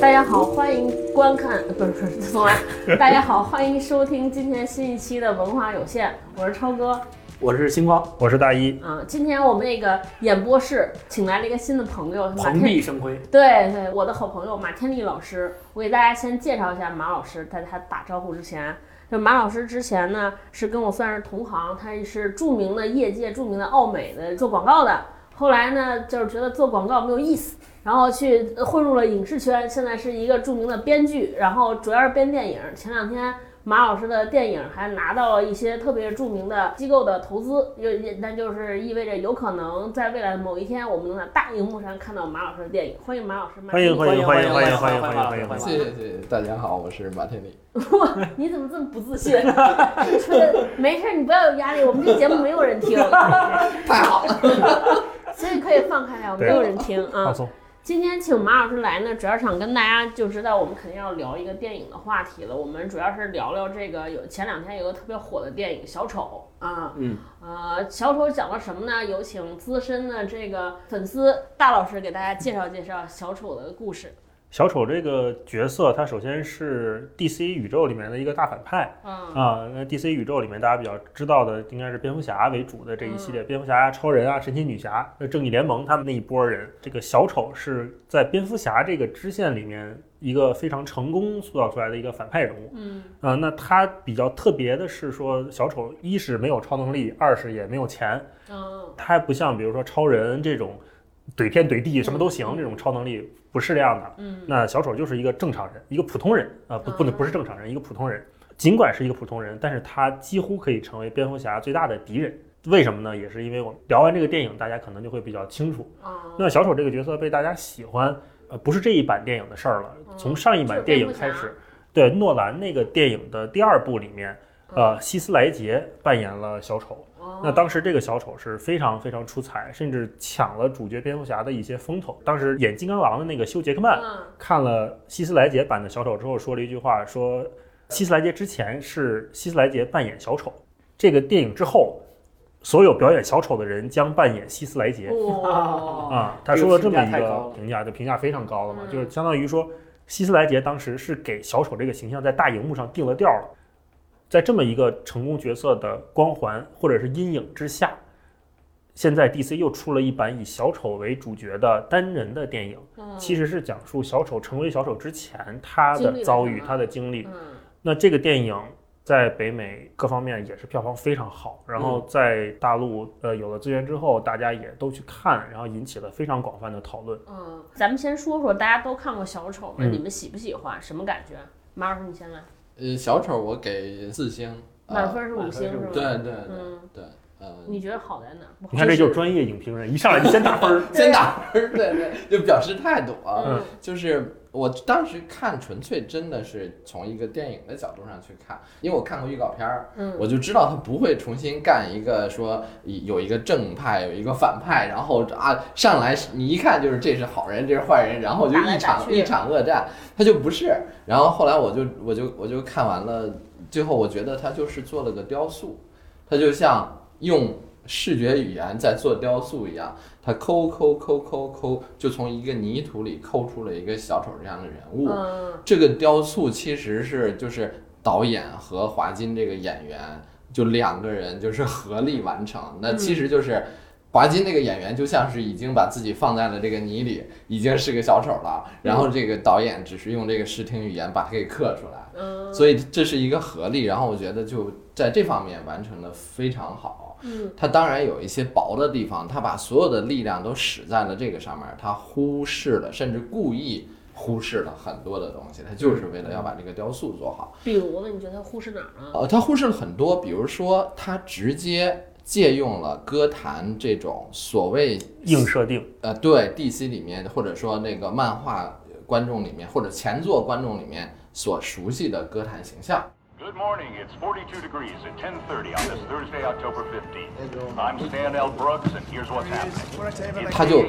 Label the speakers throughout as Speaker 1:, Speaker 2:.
Speaker 1: 大家好，欢迎观看， 不是不是， 重来。大家好，欢迎收听今天新一期的文化有限，我是超哥。
Speaker 2: 我是星光，
Speaker 3: 我是大一，
Speaker 1: 啊，今天我们那个演播室请来了一个新的朋友，马
Speaker 2: 蓬
Speaker 1: 天。
Speaker 2: 荜生辉。
Speaker 1: 对对，我的好朋友马天利老师，我给大家先介绍一下马老师。在他打招呼之前，就马老师之前呢是跟我算是同行，他是著名的业界著名的奥美的做广告的。后来呢，就是觉得做广告没有意思，然后去呃混入了影视圈，现在是一个著名的编剧，然后主要是编电影。前两天马老师的电影还拿到了一些特别著名的机构的投资，就也那就是意味着有可能在未来的某一天，我们能在大荧幕上看到马老师的电影。欢迎马老师，马
Speaker 3: 欢迎
Speaker 1: 老师
Speaker 3: 欢迎欢迎
Speaker 2: 欢
Speaker 3: 欢
Speaker 2: 迎
Speaker 3: 迎
Speaker 2: 欢
Speaker 3: 欢
Speaker 2: 迎
Speaker 3: 迎
Speaker 2: 欢
Speaker 3: 欢
Speaker 2: 迎
Speaker 3: 迎
Speaker 2: 欢
Speaker 3: 欢
Speaker 2: 迎
Speaker 3: 迎。
Speaker 4: 谢谢谢谢，大家好，我是马天利。
Speaker 1: 你怎么这么不自信？ 你说的没事，你不要有压力，我们这节目没有人听，
Speaker 4: 太好了，
Speaker 1: 所以可以放开啊，没有人听啊
Speaker 3: 放。松。
Speaker 1: 今天请马老师来呢，主要想跟大家就知道我们肯定要聊一个电影的话题了。我们主要是聊聊这个有前两天有个特别火的电影《小丑》啊，
Speaker 2: 嗯，
Speaker 1: 呃，《小丑》讲了什么呢？有请资深的这个粉丝大老师给大家介绍介绍《小丑》的故事。
Speaker 3: 小丑这个角色，他首先是 DC 宇宙里面的一个大反派
Speaker 1: 嗯
Speaker 3: 啊。那 DC 宇宙里面大家比较知道的，应该是蝙蝠侠为主的这一系列，蝙蝠侠呀、超人啊、神奇女侠、那正义联盟他们那一波人。这个小丑是在蝙蝠侠这个支线里面一个非常成功塑造出来的一个反派人物。
Speaker 1: 嗯
Speaker 3: 啊、那他比较特别的是说，小丑一是没有超能力，二是也没有钱，
Speaker 1: 嗯
Speaker 3: 他还不像比如说超人这种怼天怼地什么都行
Speaker 1: 嗯
Speaker 3: 这种超能力，不是这样的。
Speaker 1: 嗯
Speaker 3: 那小丑就是一个正常人，一个普通人啊、不不能
Speaker 1: 啊
Speaker 3: 不是正常人，一个普通人。尽管是一个普通人，但是他几乎可以成为蝙蝠侠最大的敌人。为什么呢？也是因为我们聊完这个电影，大家可能就会比较清楚。
Speaker 1: 嗯，
Speaker 3: 那小丑这个角色被大家喜欢，呃，不是这一版电影的事儿了
Speaker 1: 嗯，
Speaker 3: 从上一版电影开
Speaker 1: 就是
Speaker 3: 始，对诺兰那个电影的第二部里面，
Speaker 1: 嗯
Speaker 3: 呃，希斯莱杰扮演了小丑。那当时这个小丑是非常非常出彩，甚至抢了主角蝙蝠侠的一些风头。当时演金刚狼的那个休·杰克曼
Speaker 1: 嗯
Speaker 3: 看了希斯莱杰版的小丑之后，说了一句话，说希斯莱杰之前是希斯莱杰扮演小丑，这个电影之后，所有表演小丑的人将扮演希斯莱杰。
Speaker 1: 哇，
Speaker 3: 啊，他说了这么一
Speaker 2: 这个评价太高
Speaker 3: 个
Speaker 2: 了
Speaker 3: 评价，就评价非常高了嘛，
Speaker 1: 嗯
Speaker 3: 就是相当于说，希斯莱杰当时是给小丑这个形象在大荧幕上定了调了，在这么一个成功角色的光环或者是阴影之下，现在 DC 又出了一版以小丑为主角的单人的电影，
Speaker 1: 嗯
Speaker 3: 其实是讲述小丑成为小丑之前他
Speaker 1: 经历
Speaker 3: 的
Speaker 1: 了
Speaker 3: 遭
Speaker 1: 什
Speaker 3: 遇、
Speaker 1: 么
Speaker 3: 他的经历。
Speaker 1: 嗯
Speaker 3: 那这个电影在北美各方面也是票房非常好，然后在大陆呃有了资源之后，大家也都去看，然后引起了非常广泛的讨论。
Speaker 1: 嗯，咱们先说说大家都看过小丑吗？
Speaker 3: 嗯
Speaker 1: 你们喜不喜欢？什么感觉？马老师，你先来，
Speaker 4: 呃，小丑我给四星，啊
Speaker 1: 满分是五星
Speaker 2: 满分是
Speaker 1: 是
Speaker 2: 五
Speaker 1: 吗？
Speaker 4: 对对对
Speaker 1: 嗯，
Speaker 4: 对，嗯，
Speaker 1: 你觉得好在哪儿？不好
Speaker 3: 你看，这就是专业影评人，一上来就先打 分儿。
Speaker 4: 先打分儿，对对，就表示态度啊。
Speaker 1: 嗯
Speaker 4: 就是我当时看，纯粹真的是从一个电影的角度上去看，因为我看过预告片儿，
Speaker 1: 嗯
Speaker 4: 我就知道他不会重新干一个说有一个正派，有一个反派，然后啊上来你一看就是这是好人，这是坏人，然后就
Speaker 1: 打来
Speaker 4: 一
Speaker 1: 打
Speaker 4: 场
Speaker 1: 去
Speaker 4: 一场恶战，他就不是。然后后来我就我就我就看完了，最后我觉得他就是做了个雕塑，他就像用视觉语言在做雕塑一样，他抠抠抠抠抠，就从一个泥土里抠出了一个小丑这样的人物。
Speaker 1: 嗯
Speaker 4: 这个雕塑其实是就是导演和华金这个演员就两个人就是合力完成，那
Speaker 1: 嗯
Speaker 4: 其实就是。华金这个演员就像是已经把自己放在了这个泥里，已经是个小丑了。然
Speaker 1: 嗯
Speaker 4: 后这个导演只是用这个视听语言把它给刻出来，
Speaker 1: 嗯，
Speaker 4: 所以这是一个合力。然后我觉得就在这方面完成的非常好。
Speaker 1: 嗯
Speaker 4: 它当然有一些薄的地方，它把所有的力量都使在了这个上面，它忽视了，甚至故意忽视了很多的东西，它就是为了要把这个雕塑做好。
Speaker 1: 比如呢，你觉得他忽视哪儿啊呢？
Speaker 4: 呃，它忽视了很多，比如说它直接借用了歌坛这种所谓
Speaker 3: 硬设定，
Speaker 4: 呃，对 DC 里面或者说那个漫画观众里面或者前作观众里面所熟悉的歌坛形象。
Speaker 5: Good morning. It's 42 degrees at 10:30 on this Thursday, October 15th. I'm Stan L. Brooks, and here's what's happening.
Speaker 4: 他就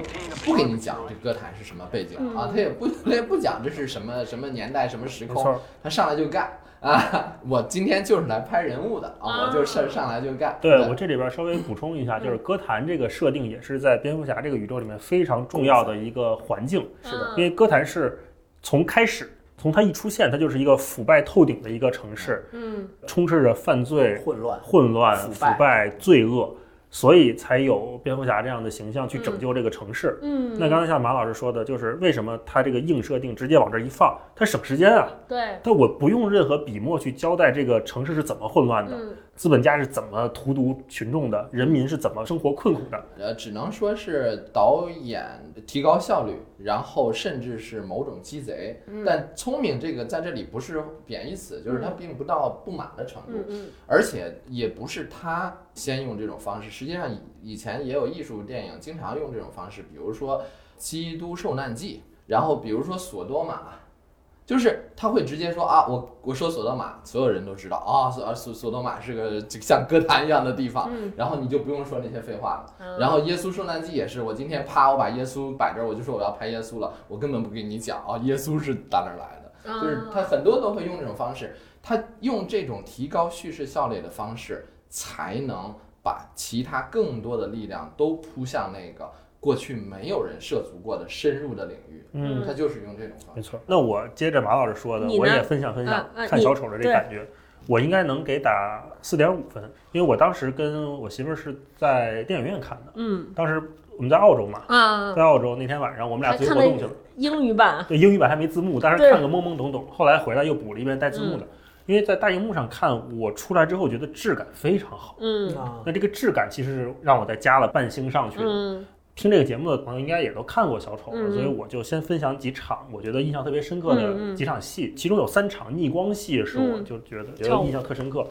Speaker 4: 不给你讲这歌坛 是什么背景啊，他也不他也不讲这是什么什么年代什么时
Speaker 3: 没
Speaker 4: 空
Speaker 3: 错，
Speaker 4: 他上来就干。 啊，我今天就是来拍人物的啊，我就上上来就干。
Speaker 3: 对嗯我这里边稍微补充一下，就是歌坛这个设定也是在蝙蝠侠这个宇宙里面非常重要的一个环境，
Speaker 4: 是
Speaker 1: 啊
Speaker 4: 的
Speaker 3: 因为哥谭市从开始，从它一出现，它就是一个腐败透顶的一个城市，
Speaker 1: 嗯，
Speaker 3: 充斥着犯罪、
Speaker 2: 混乱。
Speaker 3: 混乱、
Speaker 2: 腐
Speaker 3: 腐
Speaker 2: 败
Speaker 3: 败、罪恶，所以才有蝙蝠侠这样的形象去拯救这个城市。
Speaker 1: 嗯，
Speaker 3: 那刚才像马老师说的，就是为什么他这个硬设定直接往这一放，它省时间啊，
Speaker 1: 对，
Speaker 3: 但我不用任何笔墨去交代这个城市是怎么混乱的，
Speaker 1: 嗯
Speaker 3: 资本家是怎么荼毒群众的，人民是怎么生活困苦的。
Speaker 4: 呃，只能说是导演提高效率，然后甚至是某种鸡贼。但聪明这个在这里不是贬义词，就是它并不到不满的程度，
Speaker 1: 嗯嗯
Speaker 4: 而且也不是他先用这种方式。实际上以以前也有艺术电影经常用这种方式，比如说《基督受难记》，然后比如说《索多玛》。就是他会直接说啊，我我说索多玛，所有人都知道啊，索索索多玛是个这个像歌坛一样的地方，
Speaker 1: 嗯
Speaker 4: 然后你就不用说那些废话了。
Speaker 1: 嗯，
Speaker 4: 啊然后耶稣受难记也是，我今天啪，我把耶稣摆这儿，我就说我要拍耶稣了，我根本不跟你讲啊，耶稣是打哪儿来的，
Speaker 1: 嗯
Speaker 4: 就是他很多都会用这种方式，他用这种提高叙事效率的方式，才能把其他更多的力量都扑向那个过去没有人涉足过的深入的领域，
Speaker 1: 嗯
Speaker 4: 他就是用这种方
Speaker 3: 没
Speaker 4: 式。
Speaker 3: 错。那我接着马老师说的，
Speaker 1: 你呢
Speaker 3: 我也分享分享、
Speaker 1: 嗯嗯
Speaker 3: 看
Speaker 1: 你
Speaker 3: 小丑的这感觉，我应该能给打四点五分，因为我当时跟我媳妇儿是在电影院看的，
Speaker 1: 嗯
Speaker 3: 当时我们在澳洲嘛，
Speaker 1: 啊，
Speaker 3: 在澳洲那天晚上我们俩
Speaker 1: 还
Speaker 3: 自由
Speaker 1: 看
Speaker 3: 活
Speaker 1: 了
Speaker 3: 动去了。
Speaker 1: 英语版，
Speaker 3: 对，英语版还没字幕，当时
Speaker 1: 对嗯
Speaker 3: 看个懵懵懂懂，后来回来又补了一遍带字幕的，因为在大荧幕上看，我出来之后觉得质感非常好。
Speaker 1: 嗯
Speaker 2: 啊，
Speaker 3: 那这个质感其实是让我再加了半星上去的。
Speaker 1: 嗯
Speaker 3: 听这个节目的朋友应该也都看过小丑了，
Speaker 1: 嗯
Speaker 3: 所以我就先分享几场我觉得印象特别深刻
Speaker 1: 嗯
Speaker 3: 的
Speaker 1: 嗯
Speaker 3: 几场戏，其中有三场逆光戏是我
Speaker 1: 嗯
Speaker 3: 就觉得、觉
Speaker 1: 跳
Speaker 3: 得
Speaker 1: 舞
Speaker 3: 印象特深刻。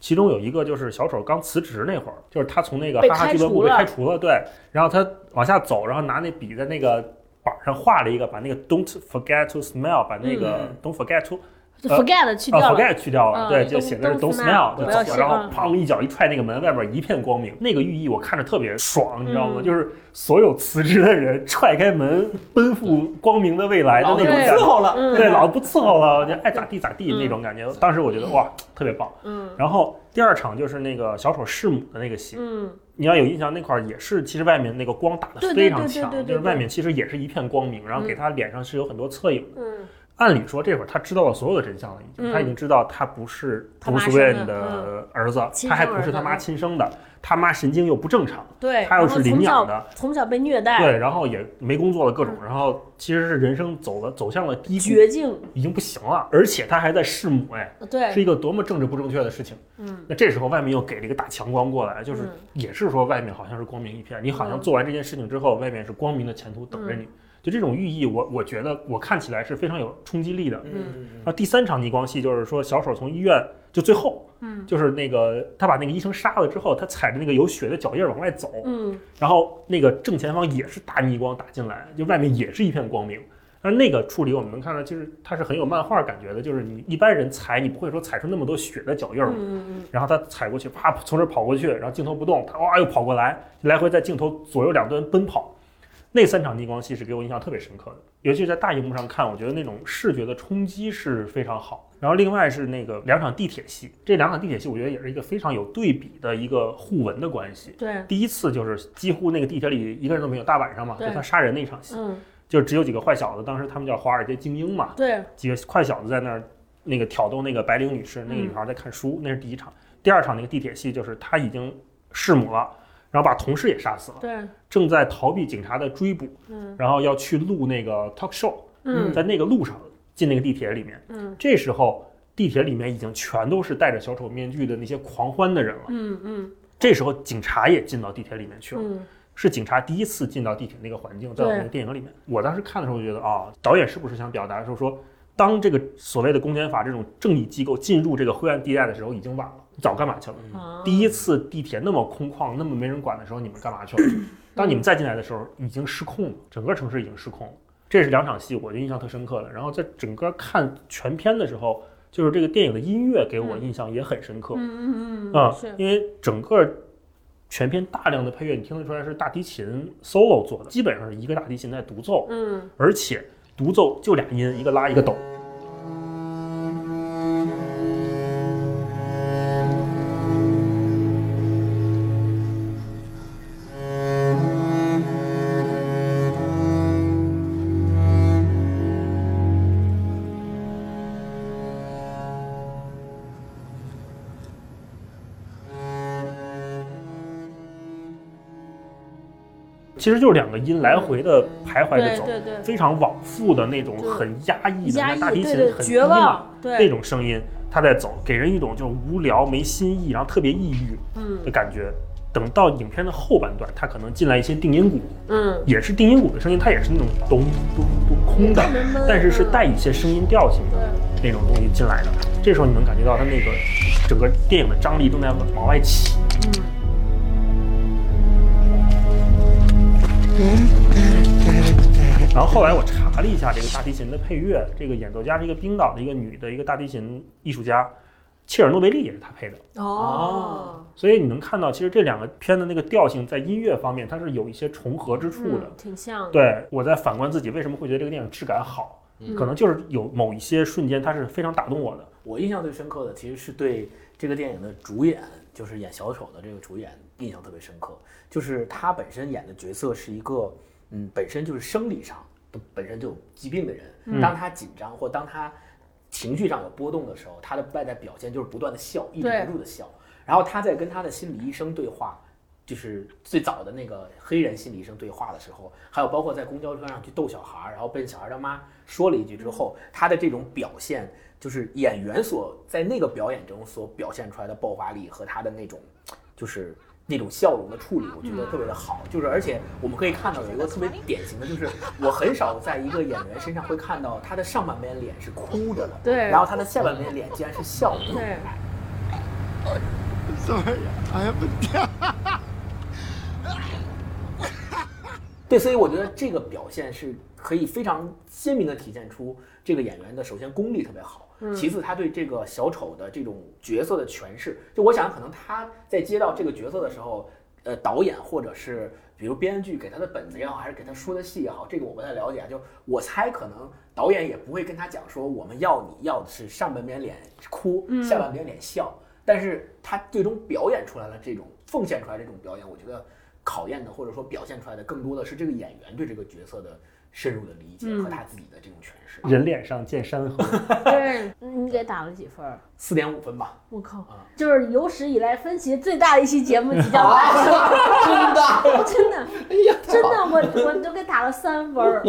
Speaker 3: 其中有一个就是小丑刚辞职那会儿，就是他从那个
Speaker 1: 被
Speaker 3: 哈哈
Speaker 1: 开
Speaker 3: 俱乐
Speaker 1: 除
Speaker 3: 部被
Speaker 1: 了
Speaker 3: 开除了，对，然后他往下走，然后拿那笔在那个板上画了一个，把那个 Don't forget to smile，把那个
Speaker 1: 嗯
Speaker 3: Don't forget to
Speaker 1: 就
Speaker 3: 呃
Speaker 1: ，forget 去
Speaker 3: 啊
Speaker 1: 掉了，
Speaker 3: ，forget 去掉
Speaker 1: 嗯
Speaker 3: 了，对，
Speaker 1: don't-
Speaker 3: 就写的是
Speaker 1: don't
Speaker 3: don't
Speaker 1: smile，
Speaker 3: smile，就
Speaker 1: 不要
Speaker 3: 走
Speaker 1: 希
Speaker 3: 了，然后
Speaker 1: 望
Speaker 3: 砰一脚一踹那个门，外边一片光明。那个寓意我看着特别爽，你知道吗？
Speaker 1: 嗯
Speaker 3: 就是所有辞职的人踹开门，奔赴光明的未来的
Speaker 2: 老
Speaker 3: 那
Speaker 2: 子
Speaker 3: 种
Speaker 2: 不
Speaker 3: 感
Speaker 2: 伺
Speaker 3: 觉。
Speaker 2: 候了，
Speaker 1: 嗯
Speaker 3: 对，老子不伺候了，我就爱咋地咋地
Speaker 1: 嗯
Speaker 3: 那种感觉。当时我觉得哇，特别棒。
Speaker 1: 嗯
Speaker 3: 然后第二场就是那个小丑弑母的那个戏，
Speaker 1: 嗯
Speaker 3: 你要有印象，那块儿也是，其实外面那个光打
Speaker 1: 对
Speaker 3: 的
Speaker 1: 对
Speaker 3: 非常强
Speaker 1: 对对对，对
Speaker 3: 就是
Speaker 1: 对
Speaker 3: 外面其实也是一片光明，然
Speaker 1: 嗯
Speaker 3: 后给他脸上是有很多侧影的。
Speaker 1: 嗯
Speaker 3: 按理说，这会儿他知道了所有的真相了，已
Speaker 1: 嗯
Speaker 3: 经，他已经知道他不是
Speaker 1: 他妈
Speaker 3: Bruce
Speaker 1: 生的嗯
Speaker 3: Wayne 的儿子，
Speaker 1: 亲
Speaker 3: 他还
Speaker 1: 生
Speaker 3: 不
Speaker 1: 儿
Speaker 3: 是
Speaker 1: 子
Speaker 3: 他妈
Speaker 1: 嗯
Speaker 3: 亲生的，他妈神经又不正常，
Speaker 1: 对，
Speaker 3: 他又是领
Speaker 1: 然后
Speaker 3: 养的，
Speaker 1: 从小，从小被虐待，
Speaker 3: 对，然后也没工作了，各种，然后其实是人生走了走向了低谷，
Speaker 1: 绝境，
Speaker 3: 已经不行了，而且他还在弑母，哎，是
Speaker 1: 对，
Speaker 3: 一个多么政治不正确的事情。
Speaker 1: 嗯
Speaker 3: 那这时候外面又给了一个大强光过来，就是
Speaker 1: 嗯
Speaker 3: 也是说外面好像是光明一片，你好像
Speaker 1: 嗯
Speaker 3: 做完这件事情之后，外面是光明的前途等着你，就这种寓意，我我觉得我看起来是非常有冲击力的。
Speaker 2: 嗯
Speaker 3: 然后第三场逆光戏就是说，小丑从医院就最后，
Speaker 1: 嗯
Speaker 3: 就是那个他把那个医生杀了之后，他踩着那个有血的脚印儿往外走，
Speaker 1: 嗯
Speaker 3: 然后那个正前方也是大逆光打进来，就外面也是一片光明。但是那个处理我们能看到，就是它是很有漫画感觉的，就是你一般人踩你不会说踩出那么多血的脚印儿嘛，
Speaker 1: 嗯
Speaker 3: 然后他踩过去，啪，从这儿跑过去，然后镜头不动，他哇又跑过来，来回在镜头左右两端奔跑。那三场逆光戏是给我印象特别深刻的，尤其是在大荧幕上看，我觉得那种视觉的冲击是非常好。然后另外是那个两场地铁戏，这两场地铁戏我觉得也是一个非常有对比的一个互文的关系。
Speaker 1: 嗯对，
Speaker 3: 第一次就是几乎那个地铁里一个人都没有，大晚上嘛，就
Speaker 1: 对
Speaker 3: 他杀人那场戏，
Speaker 1: 嗯
Speaker 3: 就只有几个坏小子，当时他们叫华尔街精英嘛，
Speaker 1: 对，
Speaker 3: 几个快小子在那儿那个挑逗那个白领女士，那个女孩在看书，那是第一场。第二场那个地铁戏就是她已经弑母了，然后把同事也杀死了，
Speaker 1: 对，
Speaker 3: 正在逃避警察的追捕，
Speaker 1: 嗯
Speaker 3: 然后要去录那个 talk show，
Speaker 1: 嗯
Speaker 3: 在那个路上进那个地铁里面，
Speaker 1: 嗯
Speaker 3: 这时候地铁里面已经全都是戴着小丑面具的那些狂欢的人了。
Speaker 1: 嗯嗯
Speaker 3: 这时候警察也进到地铁里面去了。
Speaker 1: 嗯，
Speaker 3: 是警察第一次进到地铁那个环境，在我们那
Speaker 1: 对
Speaker 3: 个电影里面，我当时看的时候就觉得啊、导演是不是想表达就是说，当这个所谓的公检法这种正义机构进入这个灰暗地带的时候，已经晚了，你早干嘛去了？
Speaker 1: 啊
Speaker 3: 嗯第一次地铁那么空旷，那么没人管的时候，你们干嘛去了？当你们再进来的时候，已经失控了，整个城市已经失控了。这是两场戏，我就印象特深刻的。然后在整个看全片的时候，就是这个电影的音乐给我印象也很深刻。
Speaker 1: 嗯嗯嗯
Speaker 3: 啊、
Speaker 1: 是，
Speaker 3: 因为整个全片大量的配乐，你听得出来是大提琴 solo 做的，基本上是一个大提琴在独奏，
Speaker 1: 嗯
Speaker 3: 而且独奏就俩音，一个拉一个抖。其实就是两个音来回的徘徊着
Speaker 1: 对
Speaker 3: 走，
Speaker 1: 对对，
Speaker 3: 非常往复的那种
Speaker 1: 就是
Speaker 3: 很压抑的，
Speaker 1: 压
Speaker 3: 像
Speaker 1: 抑，
Speaker 3: 大提
Speaker 1: 对
Speaker 3: 琴
Speaker 1: 对，
Speaker 3: 很低
Speaker 1: 绝
Speaker 3: 的
Speaker 1: 望，
Speaker 3: 那
Speaker 1: 对，
Speaker 3: 种声音，它在走，给人一种就是无聊、没新意，然后特别抑郁
Speaker 1: 嗯
Speaker 3: 的感觉。等到影片的后半段，它可能进来一些定音鼓，
Speaker 1: 嗯，
Speaker 3: 也是定音鼓的声音，它也是那种咚咚咚空的，但是是带一些声音调性的那种东西进来的。这时候你能感觉到它那个整个电影的张力正在往往外起。然后后来我查了一下这个大提琴的配乐，这个演奏家是一个冰岛的一个女的一个大提琴艺术家，切尔诺贝利也是她配的。啊
Speaker 1: 哦，
Speaker 3: 所以你能看到，其实这两个片的那个调性在音乐方面它是有一些重合之处的。
Speaker 1: 嗯，挺像的，
Speaker 3: 对我在反观自己，为什么会觉得这个电影质感好？
Speaker 4: 嗯
Speaker 3: 可能就是有某一些瞬间，它是非常打动我的。
Speaker 2: 我印象最深刻的其实是对这个电影的主演，就是演小丑的这个主演印象特别深刻，就是他本身演的角色是一个，嗯，本身就是生理上本本身就有疾病的人，当他紧张或当他情绪上有波动的时候，他的外在表现就是不断的笑，抑制
Speaker 1: 对
Speaker 2: 不住的笑，然后他在跟他的心理医生对话。就是最早的那个黑人心理医生对话的时候，还有包括在公交车上去逗小孩儿，然后被小孩儿他妈说了一句之后，
Speaker 1: 嗯
Speaker 2: 他的这种表现，就是演员所在那个表演中所表现出来的爆发力和他的那种，就是那种笑容的处理，我觉得特别的好。
Speaker 1: 嗯
Speaker 2: 就是而且我们可以看到有一个特别典型的，就是我很少在一个演员身上会看到他的上半边脸是哭着的，
Speaker 1: 对
Speaker 2: 然后他的下半边脸竟然是笑着的。
Speaker 1: 对，
Speaker 6: Sorry, I haven't.
Speaker 2: 对，所以我觉得这个表现是可以非常鲜明的体现出这个演员的，首先功力特别好，其次他对这个小丑的这种角色的诠释，就我想可能他在接到这个角色的时候，呃，导演或者是比如编剧给他的本子也好，还是给他说的戏也好，这个我不太了解啊，就我猜可能导演也不会跟他讲说我们要你要的是上半边脸哭，下半边脸笑，但是他最终表演出来了这种奉献出来这种表演，我觉得考验的或者说表现出来的更多的是这个演员对这个角色的深入的理解和他自己的这种诠释。
Speaker 3: 人脸上见山河，
Speaker 1: 对，嗯你给打了几分
Speaker 3: 啊
Speaker 1: 儿？
Speaker 2: 四点五分吧，
Speaker 1: 我靠
Speaker 2: 啊，
Speaker 1: 就是有史以来分歧最大的一期节目即将来
Speaker 3: 啊
Speaker 1: 了，
Speaker 4: 真的，
Speaker 1: 真的。
Speaker 4: 哎呀，太
Speaker 1: 真
Speaker 4: 好了
Speaker 1: 的，我我都给打了三分 儿。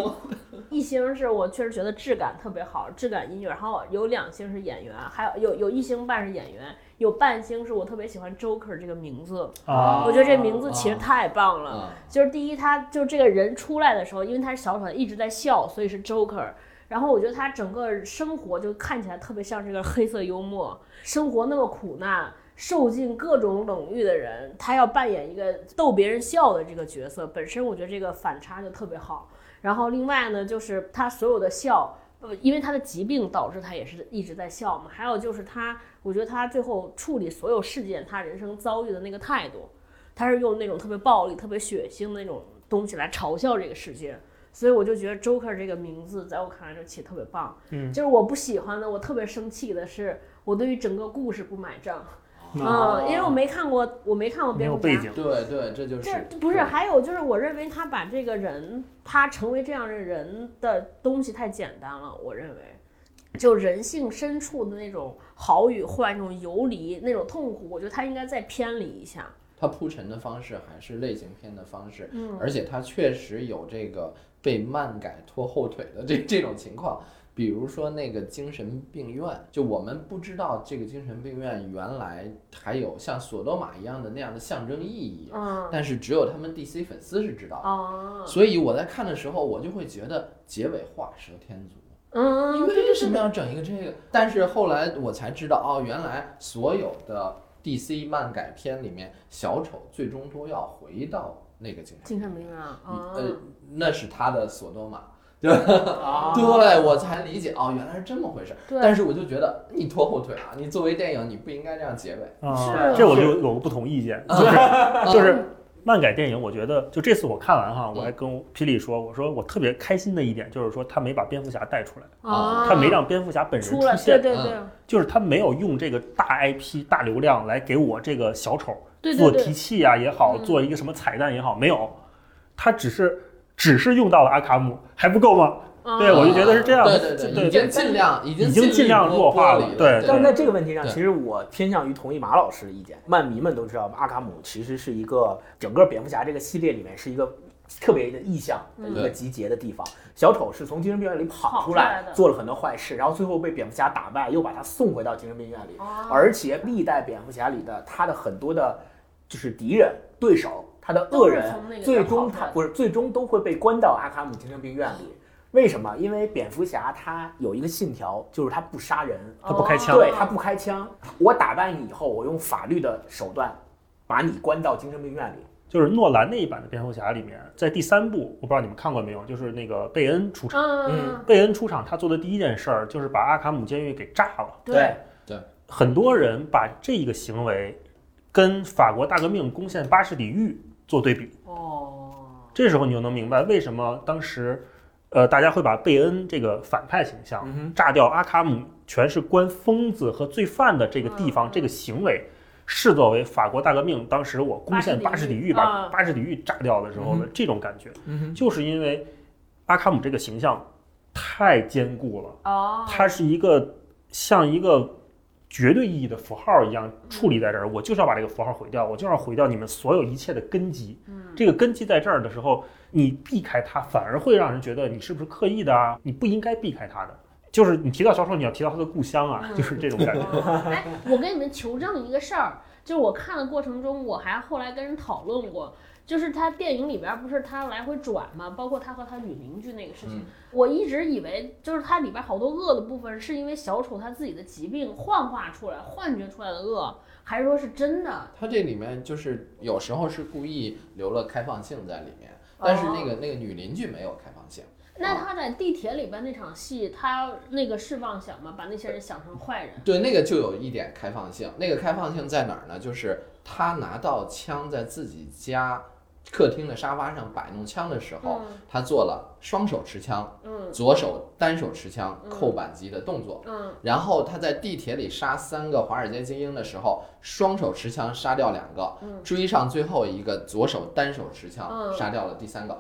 Speaker 1: 一星是我确实觉得质感特别好，质感音乐，然后有两星是演员，还有有有一星半是演员，有半星是我特别喜欢 Joker 这个名字，
Speaker 3: 啊
Speaker 1: 我觉得这名字其实太棒了。
Speaker 4: 啊
Speaker 1: 就是第一，他就这个人出来的时候，因为他是小丑，一直在笑，所以是 Joker。然后我觉得他整个生活就看起来特别像是个黑色幽默，生活那么苦难，受尽各种冷遇的人，他要扮演一个逗别人笑的这个角色，本身我觉得这个反差就特别好。然后另外呢，就是他所有的笑，呃，因为他的疾病导致他也是一直在笑嘛。还有就是他，我觉得他最后处理所有事件，他人生遭遇的那个态度，他是用那种特别暴力、特别血腥的那种东西来嘲笑这个世界。所以我就觉得 Joker 这个名字在我看来就起得特别棒。
Speaker 3: 嗯
Speaker 1: 就是我不喜欢的，我特别生气的是，我对于整个故事不买账。嗯，因为我没看过，我没看过
Speaker 3: 哦没
Speaker 1: 蝙
Speaker 3: 有
Speaker 1: 蝠
Speaker 3: 背
Speaker 1: 侠
Speaker 3: 景，
Speaker 4: 对对，这就是
Speaker 1: 这不是，还有就是，我认为他把这个人，他成为这样的人的东西太简单了。我认为，就人性深处的那种好与坏、那种游离、那种痛苦，我觉得他应该再偏离一下。
Speaker 4: 它铺陈的方式还是类型片的方式，
Speaker 1: 嗯
Speaker 4: 而且它确实有这个被漫改拖后腿的这这种情况。比如说那个精神病院，就我们不知道这个精神病院原来还有像索多玛一样的那样的象征意义，
Speaker 1: 嗯，
Speaker 4: 但是只有他们 DC 粉丝是知道的。
Speaker 1: 哦，
Speaker 4: 所以我在看的时候，我就会觉得结尾画蛇添足。你
Speaker 1: 嗯，
Speaker 4: 们为什么要整一个这个？但是后来我才知道，哦，原来所有的 DC 漫改片里面，小丑最终都要回到那个精神，
Speaker 1: 精神病院
Speaker 3: 嗯
Speaker 1: 啊，
Speaker 4: 呃
Speaker 1: 哦，，
Speaker 4: 那是他的索多玛。
Speaker 2: 啊
Speaker 4: 对，我才理解哦，原来是这么回事。
Speaker 1: 对
Speaker 4: 但是我就觉得你拖后腿啊！你作为电影，你不应该这样结尾。
Speaker 3: 啊，
Speaker 1: 是嗯
Speaker 3: 这我就有有个不同意 见，就是就是漫改电影，我觉得就这次我看完哈，我
Speaker 1: 嗯
Speaker 3: 还跟霹雳说，我说我特别开心的一点就是说他没把蝙蝠侠带出来，
Speaker 1: 啊，
Speaker 3: 他没让蝙蝠侠本人
Speaker 1: 出
Speaker 3: 出
Speaker 1: 来，对
Speaker 3: 现，嗯
Speaker 1: 对对
Speaker 3: 就是他没有用这个大 IP 大流量来给我这个小丑
Speaker 1: 对
Speaker 3: 做
Speaker 1: 对
Speaker 3: 提
Speaker 1: 对，
Speaker 3: 气啊也好，
Speaker 1: 嗯
Speaker 3: 做一个什么彩蛋也好，没有，他只是只是用到了阿卡姆，还不够吗？
Speaker 1: 啊
Speaker 3: 对我就觉得是这样
Speaker 4: 对对
Speaker 3: 对
Speaker 4: 已经尽量，已经
Speaker 3: 已经尽量弱化了
Speaker 4: 了。
Speaker 3: 对
Speaker 2: 但是在这个问题上，
Speaker 4: 对
Speaker 2: 其实我偏向于同意马老师的意见。漫迷们都知道，阿卡姆其实是一个整个蝙蝠侠这个系列里面是一个特别的意象的一个
Speaker 4: 对
Speaker 2: 集结的地方。小丑是从精神病院里跑
Speaker 1: 跑
Speaker 2: 出
Speaker 1: 出来
Speaker 2: 来
Speaker 1: 的，
Speaker 2: 做了很多坏事，然后最后被蝙蝠侠打败，又把他送回到精神病院里。
Speaker 1: 哦
Speaker 2: 而且历代蝙蝠侠里的他的很多的，就是敌人、对手、他的恶人
Speaker 1: 都是从那，个
Speaker 2: 最
Speaker 1: 跑
Speaker 2: 终
Speaker 1: 出
Speaker 2: 他
Speaker 1: 来的
Speaker 2: 不是最终都会被关到阿卡姆精神病院里。为什么？因为蝙蝠侠他有一个信条，就是他不杀人，
Speaker 3: 他
Speaker 1: 哦
Speaker 3: 不开枪
Speaker 2: 对他不开枪。我打败你以后，我用法律的手段把你关到精神病院里。
Speaker 3: 就是诺兰那一版的蝙蝠侠里面，在第三部，我不知道你们看过没有，就是那个贝恩出场。
Speaker 1: 嗯，
Speaker 3: 贝恩出场，他做的第一件事儿就是把阿卡姆监狱给炸了。
Speaker 2: 对，
Speaker 3: 很多人把这个行为跟法国大革命攻陷巴士底狱做对比，
Speaker 1: 哦，
Speaker 3: 这时候你就能明白为什么当时，呃，大家会把贝恩这个反派形象
Speaker 2: 嗯哼
Speaker 3: 炸掉阿卡姆，全是关疯子和罪犯的这个地
Speaker 1: 嗯
Speaker 3: 方，这个行为视作为法国大革命当时我攻陷巴
Speaker 1: 巴
Speaker 3: 士
Speaker 1: 士
Speaker 3: 底
Speaker 1: 底
Speaker 3: 狱，
Speaker 1: 狱
Speaker 3: 把
Speaker 1: 嗯
Speaker 3: 巴士底狱炸掉的时候的这种感觉，
Speaker 2: 嗯哼，
Speaker 3: 就是因为阿卡姆这个形象太坚固了。
Speaker 1: 哦，
Speaker 3: 它是一个像一个绝对意义的符号一样处理在这儿，我就是要把这个符号毁掉，我就要毁掉你们所有一切的根基。
Speaker 1: 嗯
Speaker 3: 这个根基在这儿的时候，你避开它，反而会让人觉得你是不是刻意的啊？你不应该避开它的。就是你提到小丑，你要提到他的故乡啊，
Speaker 1: 嗯
Speaker 3: 就是这种感觉。
Speaker 1: 哎， 我跟你们求证一个事儿，就是我看的过程中，我还后来跟人讨论过，就是他电影里边儿不是他来回转嘛，包括他和他女邻居那个事情，
Speaker 4: 嗯
Speaker 1: 我一直以为就是它里边儿好多恶的部分是因为小丑他自己的疾病幻化出来、幻觉出来的恶，还是说是真的？
Speaker 4: 它这里面就是有时候是故意留了开放性在里面，但
Speaker 1: 哦
Speaker 4: 是那个那个女邻居没有开放性。
Speaker 1: 那他在地铁里边那场戏，他那个是妄想吗？把那些人想成坏人？
Speaker 4: 对，那个就有一点开放性。那个开放性在哪儿呢？就是他拿到枪在自己家客厅的沙发上摆弄枪的时候，
Speaker 1: 嗯
Speaker 4: 他做了双手持枪，
Speaker 1: 嗯
Speaker 4: 左手单手持枪
Speaker 1: 嗯
Speaker 4: 扣扳机的动作。
Speaker 1: 嗯
Speaker 4: 然后他在地铁里杀三个华尔街精英的时候，双手持枪杀掉两个，
Speaker 1: 嗯
Speaker 4: 追上最后一个，左手单手持枪
Speaker 1: 嗯
Speaker 4: 杀掉了第三个，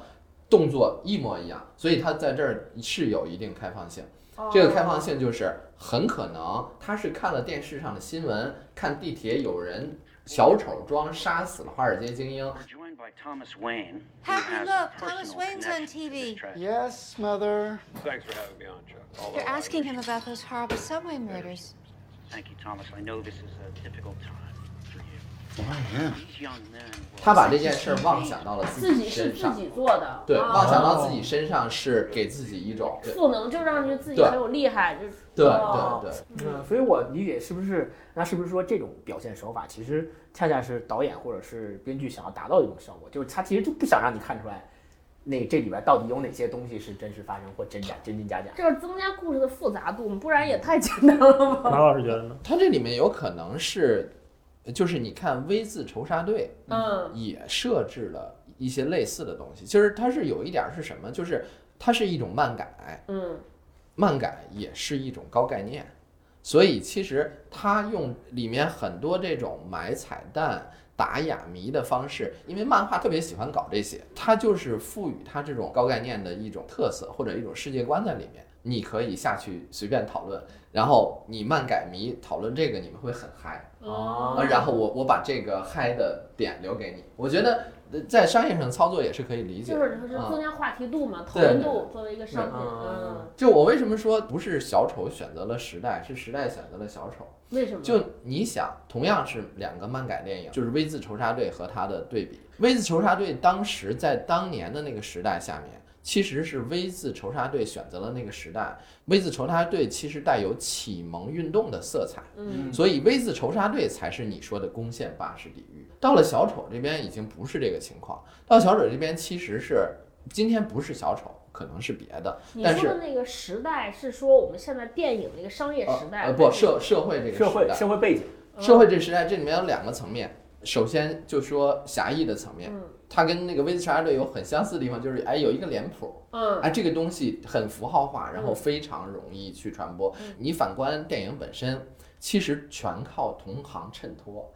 Speaker 4: 动作一模一样，所以他在这儿是有一定开放性。
Speaker 1: 哦
Speaker 4: 这个开放性就是很可能他是看了电视上的新闻，看地铁有人小丑装杀死了华尔街精英，
Speaker 6: Joined by Thomas Wayne. who has
Speaker 7: Happy
Speaker 6: a
Speaker 7: look,
Speaker 6: personal
Speaker 7: Thomas Wayne's on
Speaker 6: connection to this
Speaker 7: TV.
Speaker 6: tragedy.
Speaker 8: Yes, Mother.
Speaker 9: Thanks for having me on, Chuck. Although
Speaker 7: You're
Speaker 9: I
Speaker 7: asking
Speaker 9: was-
Speaker 7: him about those horrible subway murders.
Speaker 6: Thank you, Thomas. I know this is a difficult time for you.
Speaker 8: Why him?
Speaker 6: These young men will.
Speaker 4: 他把这件事儿妄想到了
Speaker 1: 自己是
Speaker 4: 身
Speaker 1: 自
Speaker 4: 上，
Speaker 1: 己做的，
Speaker 4: 对，
Speaker 1: 啊
Speaker 4: 妄想到自己身上是给自己一种对
Speaker 1: 赋能就让你自己
Speaker 4: 对
Speaker 1: 很有厉害，就是
Speaker 4: 对
Speaker 1: 哦
Speaker 4: 对对。
Speaker 2: 嗯，所以我理解是不是那是不是说这种表现手法其实恰恰是导演或者是编剧想要达到的一种效果，就是他其实就不想让你看出来那这里边到底有哪些东西是真实发生或真假真真假假。
Speaker 1: 这是增加故事的复杂度，不然也太简单了吧？
Speaker 3: 马老师觉得呢？
Speaker 4: 它这里面有可能是，就是你看《V 字仇杀队
Speaker 1: 嗯》
Speaker 4: 也设置了一些类似的东西，就是它是有一点儿是什么，就是它是一种漫改，
Speaker 1: 嗯
Speaker 4: 漫改也是一种高概念，所以其实它用里面很多这种埋彩蛋。打哑谜的方式，因为漫画特别喜欢搞这些，它就是赋予它这种高概念的一种特色或者一种世界观在里面。你可以下去随便讨论，然后你漫改迷讨论这个，你们会很嗨。
Speaker 2: 哦
Speaker 4: 啊，
Speaker 1: 嗯
Speaker 4: 然后我我把这个嗨的点留给你，我觉得呃在商业上操作也是可以理解
Speaker 1: 就
Speaker 4: 的。
Speaker 1: 是就是
Speaker 4: 啊
Speaker 1: 增加话题度嘛，讨
Speaker 4: 对
Speaker 1: 论度作为一个商品，
Speaker 2: 嗯
Speaker 1: 嗯，
Speaker 4: 就我为什么说不是小丑选择了时代，是时代选择了小丑？
Speaker 1: 嗯为什么？
Speaker 4: 嗯就你想，同样是两个漫改电影，就是《V 字仇杀队》和它的对比，《V 字仇杀队》当时在当年的那个时代下面，其实是《V 字仇杀队》选择了那个时代，《V 字仇杀队》其实带有启蒙运动的色彩。
Speaker 1: 嗯
Speaker 4: 所以 V 字仇杀队才是你说的攻陷巴士底狱。到了小丑这边已经不是这个情况，到小丑这边其实是今天不是小丑，可能是别的，
Speaker 1: 你
Speaker 4: 但
Speaker 1: 说
Speaker 4: 是
Speaker 1: 的那个时代是说我们现在电影的一个商业
Speaker 4: 呃
Speaker 1: 时代，
Speaker 4: 呃
Speaker 1: 还
Speaker 4: 不
Speaker 1: 是
Speaker 4: 社社会这个
Speaker 2: 社
Speaker 4: 时
Speaker 2: 会
Speaker 4: 代
Speaker 2: 社会背景，
Speaker 4: 社会这时代这里面有两个层面，首先就说狭义的层面
Speaker 1: 嗯，
Speaker 4: 它跟那个 V 字仇杀队有很相似的地方，就是哎有一个脸谱，
Speaker 1: 嗯
Speaker 4: 哎，这个东西很符号化，然后非常容易去传播。
Speaker 1: 嗯
Speaker 4: 你反观电影本身，其实全靠同行衬 托，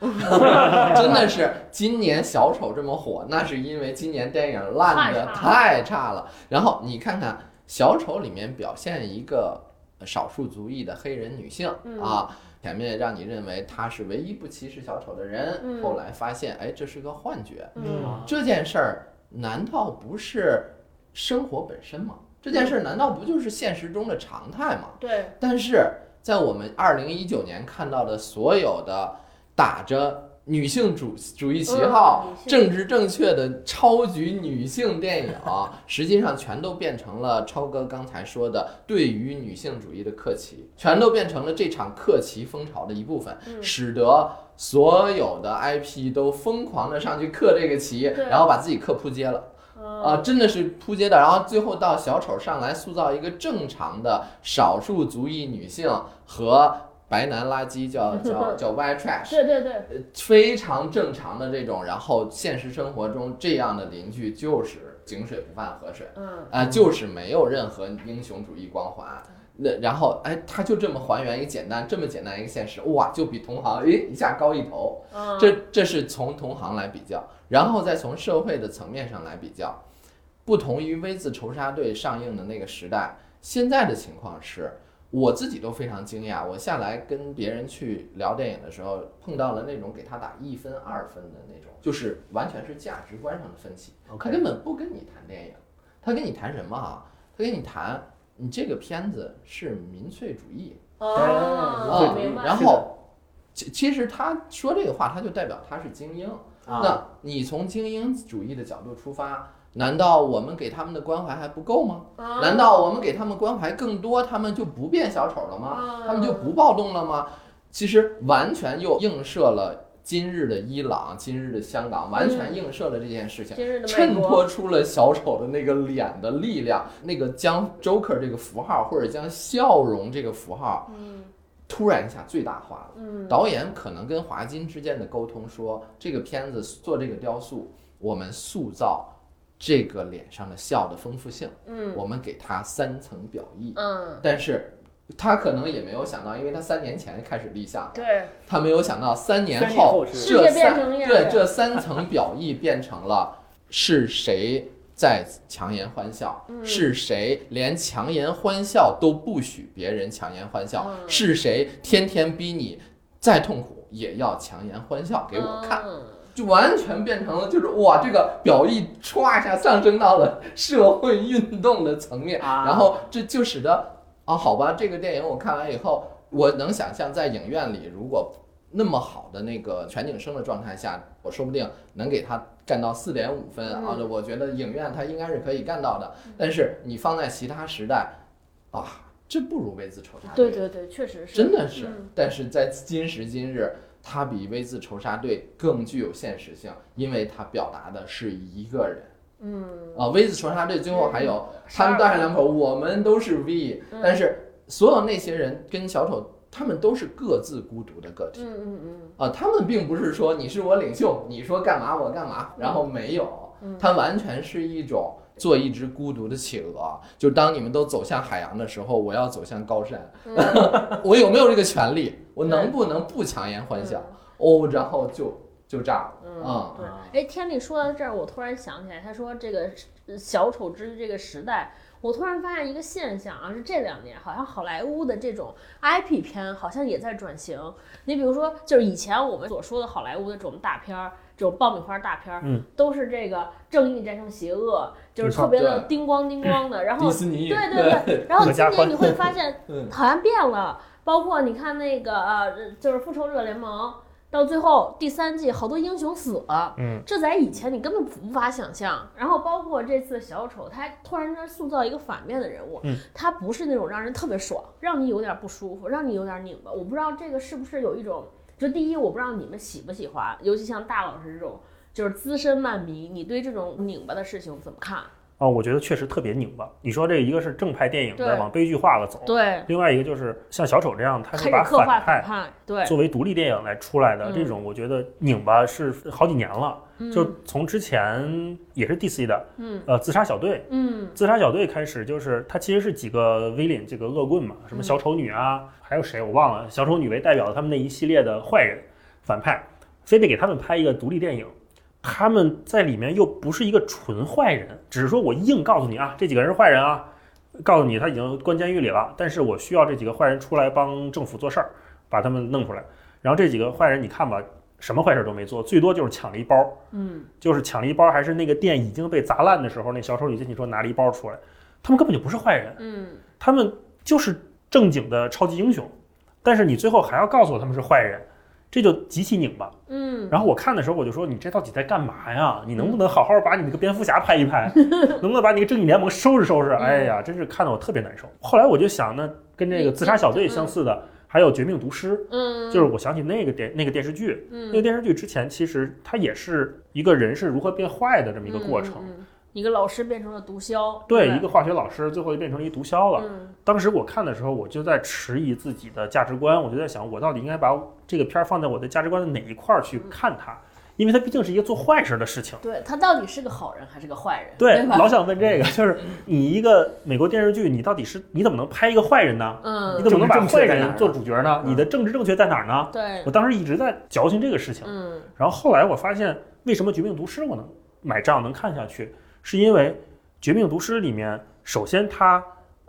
Speaker 4: 真的是今年小丑这么火，那是因为今年电影烂的
Speaker 1: 太差了
Speaker 4: 太差了。然后你看看小丑里面表现一个少数族裔的黑人女性
Speaker 1: 嗯
Speaker 4: 啊。前面让你认为她是唯一不歧视小丑的人，
Speaker 1: 嗯
Speaker 4: 后来发现，哎，这是个幻觉。
Speaker 1: 嗯
Speaker 4: 这件事儿难道不是生活本身吗？这件事儿难道不就是现实中的常态吗？
Speaker 1: 对，
Speaker 4: 但是在我们二零一九年看到的所有的打着女性主主义旗号
Speaker 1: 嗯、女性
Speaker 4: 政治正确的超级女性电影， 实际上全都变成了超哥刚才说的对于女性主义的客旗，全都变成了这场客旗风潮的一部分，
Speaker 1: 嗯
Speaker 4: 使得。所有的 IP 都疯狂的上去刻这个旗，
Speaker 1: 对
Speaker 4: 然后把自己刻扑街了。
Speaker 1: 嗯
Speaker 4: 啊，真的是扑街的。然后最后到小丑上来塑造一个正常的少数族裔女性和白男垃圾叫，叫叫 white trash，
Speaker 1: 对对对，
Speaker 4: 非常正常的这种。然后现实生活中这样的邻居就是井水不犯河水，
Speaker 1: 嗯，
Speaker 4: 啊、就是没有任何英雄主义光环。那然后，哎，他就这么还原一个简单，这么简单一个现实，哇，就比同行诶一下高一头。
Speaker 1: 嗯
Speaker 4: 这这是从同行来比较，然后再从社会的层面上来比较。不同于《V 字仇杀队》上映的那个时代，现在的情况是，我自己都非常惊讶。我下来跟别人去聊电影的时候，碰到了那种给他打一分、二分的那种，就是完全是价值观上的分歧。他
Speaker 2: OK
Speaker 4: 根本不跟你谈电影，他跟你谈什么啊？他跟你谈你这个片子是民粹主义，
Speaker 1: 哦，
Speaker 4: 啊
Speaker 1: 明白，
Speaker 4: 然
Speaker 2: 是的
Speaker 4: 后，其其实他说这个话，他就代表他是精英。
Speaker 2: 啊，
Speaker 4: 那你从精英主义的角度出发，难道我们给他们的关怀还不够吗？
Speaker 1: 啊
Speaker 4: 难道我们给他们关怀更多，他们就不变小丑了吗
Speaker 1: 啊？
Speaker 4: 他们就不暴动了吗？其实完全又映射了今日的伊朗、今日的香港，完
Speaker 1: 嗯
Speaker 4: 全映射了这件事情。
Speaker 1: 今日的
Speaker 4: 衬
Speaker 1: 美
Speaker 4: 托
Speaker 1: 国，
Speaker 4: 出了小丑的那个脸的力量，那个将 Joker 这个符号或者将笑容这个符号
Speaker 1: 嗯
Speaker 4: 突然一下最大化了。
Speaker 1: 嗯
Speaker 4: 导演可能跟华金之间的沟通说，这个片子做这个雕塑，我们塑造这个脸上的笑的丰富性，
Speaker 1: 嗯
Speaker 4: 我们给它三层表意。
Speaker 1: 嗯，
Speaker 4: 但是他可能也没有想到，因为他三年前开始立项，
Speaker 1: 对，
Speaker 4: 他没有想到三年
Speaker 2: 三年
Speaker 4: 后
Speaker 2: 后是
Speaker 1: 世界
Speaker 4: 这
Speaker 1: 变
Speaker 4: 三
Speaker 1: 成那样
Speaker 4: 对
Speaker 1: 对
Speaker 4: 这三层表意变成了是谁在强颜欢笑，
Speaker 1: 嗯
Speaker 4: 是谁连强颜欢笑都不许别人强颜欢笑，
Speaker 1: 嗯
Speaker 4: 是谁天天逼你再痛苦也要强颜欢笑给我看，
Speaker 1: 嗯
Speaker 4: 就完全变成了就是哇，这个表意歘一下上升到了社会运动的层面，
Speaker 2: 啊
Speaker 4: 然后这就使得啊，好吧，这个电影我看完以后，我能想象在影院里如果。那么好的那个全景声的状态下，我说不定能给它干到四点五分啊！我觉得影院它应该是可以干到的。但是你放在其他时代，啊，这不如《V 字仇杀队》。
Speaker 1: 对对对，确实是，
Speaker 4: 真的是
Speaker 1: 嗯。
Speaker 4: 但是在今时今日，它比《V 字仇杀队》更具有现实性，因为它表达的是一个人。
Speaker 1: 嗯
Speaker 4: 啊，《V 字仇杀队》最后还有他们
Speaker 1: 12
Speaker 4: 大喊两口，我们都是 V，
Speaker 1: 嗯
Speaker 4: 但是所有那些人跟小丑，他们都是各自孤独的个体。
Speaker 1: 嗯嗯
Speaker 4: 啊，他们并不是说你是我领袖，你说干嘛我干嘛，然后没有，
Speaker 1: 嗯
Speaker 4: 他完全是一种做一只孤独的企鹅，就当你们都走向海洋的时候，我要走向高山，
Speaker 1: 嗯
Speaker 4: 我有没有这个权利？我能不能不强颜欢笑？哦，然后就就炸了，
Speaker 1: 嗯
Speaker 4: 啊、
Speaker 1: 嗯，对。哎，天力说到这儿，我突然想起来，他说这个呃小丑之于这个时代，我突然发现一个现象啊，是这两年好像好莱坞的这种 IP 片好像也在转型。你比如说，就是以前我们所说的好莱坞的这种大片儿。这种爆米花大片儿，
Speaker 3: 嗯，
Speaker 1: 都是这个正义战胜邪恶，就是
Speaker 3: 没错
Speaker 1: 特别的
Speaker 4: 对
Speaker 1: 叮咣叮咣的。然后
Speaker 4: 迪士尼
Speaker 1: 对对对，然后
Speaker 3: 合
Speaker 1: 今
Speaker 3: 家
Speaker 1: 年
Speaker 3: 欢
Speaker 1: 你会发 现
Speaker 4: 嗯
Speaker 1: 好像变了，包括你看那个呃，就是《复仇者联盟》到最后第三季，好多英雄死了。
Speaker 3: 嗯，
Speaker 1: 这在以前你根本无法想象，然后包括这次小丑，他突然间塑造一个反面的人物，
Speaker 3: 嗯
Speaker 1: 他不是那种让人特别爽，让你有点不舒服，让你有点拧巴。我不知道这个是不是有一种，就第一我不知道你们喜不喜欢，尤其像大老师这种就是资深漫迷，你对这种拧巴的事情怎么看？
Speaker 3: 啊，我觉得确实特别拧巴。你说这一个是正派电影在
Speaker 1: 对
Speaker 3: 往悲剧化了走，
Speaker 1: 对，
Speaker 3: 另外一个就是像小丑这样，他
Speaker 1: 开
Speaker 3: 是
Speaker 1: 始
Speaker 3: 把
Speaker 1: 刻画
Speaker 3: 反
Speaker 1: 反
Speaker 3: 派
Speaker 1: 派，对，
Speaker 3: 作为独立电影来出来的
Speaker 1: 嗯
Speaker 3: 这种，我觉得拧巴是好几年了，就从之前也是 DC 的，
Speaker 1: 嗯
Speaker 3: 呃，自杀小队。
Speaker 1: 嗯
Speaker 3: 自杀小队开始就是它其实是几个 villain 这个恶棍嘛，什么小丑女啊，还有谁我忘了，小丑女为代表的他们那一系列的坏人反派，非得给他们拍一个独立电影。他们在里面又不是一个纯坏人，只是说我硬告诉你啊，这几个人是坏人啊，告诉你他已经关监狱里了，但是我需要这几个坏人出来帮政府做事儿，把他们弄出来。然后这几个坏人你看吧，什么坏事都没做，最多就是抢了一包，
Speaker 1: 嗯，
Speaker 3: 就是抢了一包，还是那个店已经被砸烂的时候，那小丑女进去说拿了一包出来，他们根本就不是坏人，
Speaker 1: 嗯，
Speaker 3: 他们就是正经的超级英雄，但是你最后还要告诉我他们是坏人，这就极其拧巴。
Speaker 1: 嗯，
Speaker 3: 然后我看的时候我就说，你这到底在干嘛呀？你能不能好好把你那个蝙蝠侠拍一 拍，能不能把你那个正义联盟收拾收拾？哎
Speaker 1: 嗯
Speaker 3: 呀，真是看得我特别难受。后来我就想呢，跟这个自杀小队相似的，还有绝命毒师，
Speaker 1: 嗯，
Speaker 3: 就是我想起那个电那个电视剧，那个
Speaker 1: 嗯
Speaker 3: 电视剧之前其实它也是一个人是如何变坏的这么一个过程。
Speaker 1: 嗯嗯嗯一个老师变成了毒枭，
Speaker 3: 对，
Speaker 1: 吧
Speaker 3: 一个化学老师最后就变成了一毒枭了。
Speaker 1: 嗯
Speaker 3: 当时我看的时候，我就在迟疑自己的价值观，我就在想，我到底应该把这个片儿放在我的价值观的哪一块儿去
Speaker 1: 嗯
Speaker 3: 看它？因为它毕竟是一个做坏事的事情。
Speaker 1: 对他到底是个好人还是个坏人？
Speaker 3: 对，
Speaker 1: 对吧 嗯
Speaker 3: 老想问这个，就是你一个美国电视剧，你到底是你怎么能拍一个坏人呢？你
Speaker 1: 嗯，
Speaker 3: 怎么能把
Speaker 2: 政治正确
Speaker 3: 坏
Speaker 2: 在哪儿
Speaker 3: 人
Speaker 2: 呢
Speaker 3: 做主角呢？
Speaker 2: 嗯
Speaker 3: 你的政治正确在哪儿呢？
Speaker 1: 对
Speaker 3: 我，当时一直在矫情这个事情。
Speaker 1: 嗯
Speaker 3: 然后后来我发现，为什么《绝命毒师》我能买账能看下去，是因为《绝命毒师》里面，首先它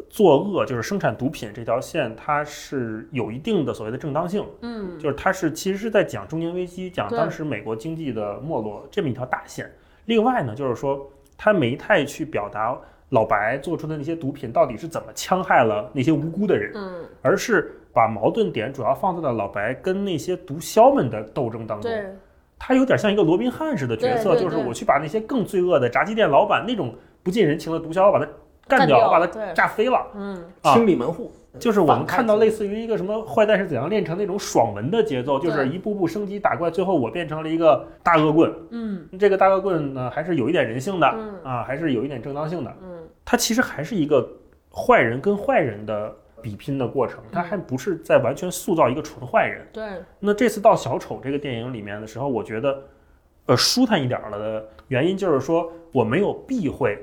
Speaker 3: 作恶就是生产毒品这条线，它是有一定的所谓的正当性，
Speaker 1: 嗯
Speaker 3: 就是它是其实是在讲中年危机，讲
Speaker 1: 对
Speaker 3: 当时美国经济的没落这么一条大线。另外呢，就是说它没太去表达老白做出的那些毒品到底是怎么戕害了那些无辜的人。
Speaker 1: 嗯，
Speaker 3: 而是把矛盾点主要放在了老白跟那些毒枭们的斗争当中，
Speaker 1: 对，
Speaker 3: 他有点像一个罗宾汉式的角色，
Speaker 1: 对对
Speaker 3: 就是
Speaker 1: 对
Speaker 3: 我去把那些更罪恶的炸鸡店老板那种不近人情的毒枭，我把他干掉，
Speaker 1: 干掉
Speaker 3: 我把他
Speaker 1: 对
Speaker 3: 炸飞了。
Speaker 1: 嗯
Speaker 3: 啊
Speaker 2: 清理门户，
Speaker 3: 就是我们
Speaker 2: 反派
Speaker 3: 看到
Speaker 2: 主义
Speaker 3: 类似于一个什么《坏蛋是怎样炼成》那种爽文的节奏，就是
Speaker 1: 对
Speaker 3: 一步步升级打怪，最后我变成了一个大恶棍。
Speaker 1: 嗯
Speaker 3: 这个大恶棍呢，还是有一点人性的
Speaker 1: 嗯
Speaker 3: 啊，还是有一点正当性的。
Speaker 1: 嗯
Speaker 3: 他其实还是一个坏人跟坏人的比拼的过程，他还不是在完全塑造一个纯坏人。
Speaker 1: 对，
Speaker 3: 那这次到小丑这个电影里面的时候，我觉得，呃，舒坦一点儿了的原因就是说，我没有避讳，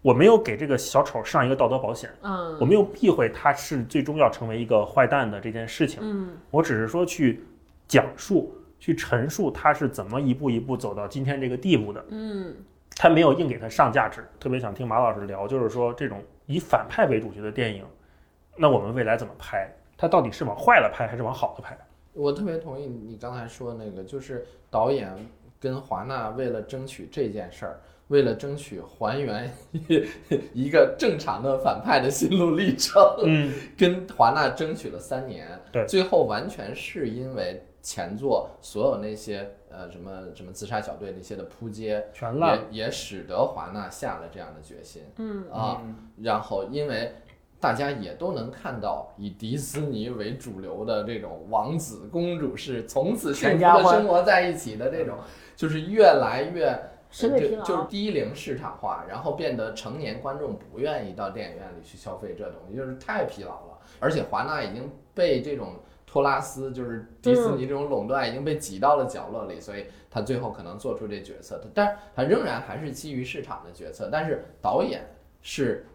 Speaker 3: 我没有给这个小丑上一个道德保险，
Speaker 1: 嗯
Speaker 3: 我没有避讳他是最终要成为一个坏蛋的这件事情，
Speaker 1: 嗯
Speaker 3: 我只是说去讲述、去陈述他是怎么一步一步走到今天这个地步的，
Speaker 1: 嗯
Speaker 3: 他没有硬给他上价值。特别想听马老师聊，就是说这种以反派为主角的电影，那我们未来怎么拍？它到底是往坏了拍还是往好了拍？
Speaker 4: 我特别同意你刚才说那个，就是导演跟华纳为了争取这件事儿，为了争取还原一个正常的反派的心路历程，
Speaker 3: 嗯，
Speaker 4: 跟华纳争取了三年，
Speaker 3: 对
Speaker 4: 最后完全是因为前作所有那些呃什么什么自杀小队那些的扑街，
Speaker 3: 全烂了。
Speaker 4: 也也使得华纳下了这样的决心
Speaker 1: 嗯
Speaker 4: 啊。然后因为大家也都能看到，以迪士尼为主流的这种王子公主式从此幸福
Speaker 2: 全家
Speaker 4: 的
Speaker 2: 欢
Speaker 4: 生活在一起的这种，就是越来越呃
Speaker 1: 审美疲劳
Speaker 4: 就就是低龄市场化，然后变得成年观众不愿意到电影院里去消费这东西，就是太疲劳了。而且华纳已经被这种托拉斯，就是迪士尼这种垄断已经被挤到了角落里，所以他最后可能做出这决策。但是他仍然还是基于市场的决策，但是导演是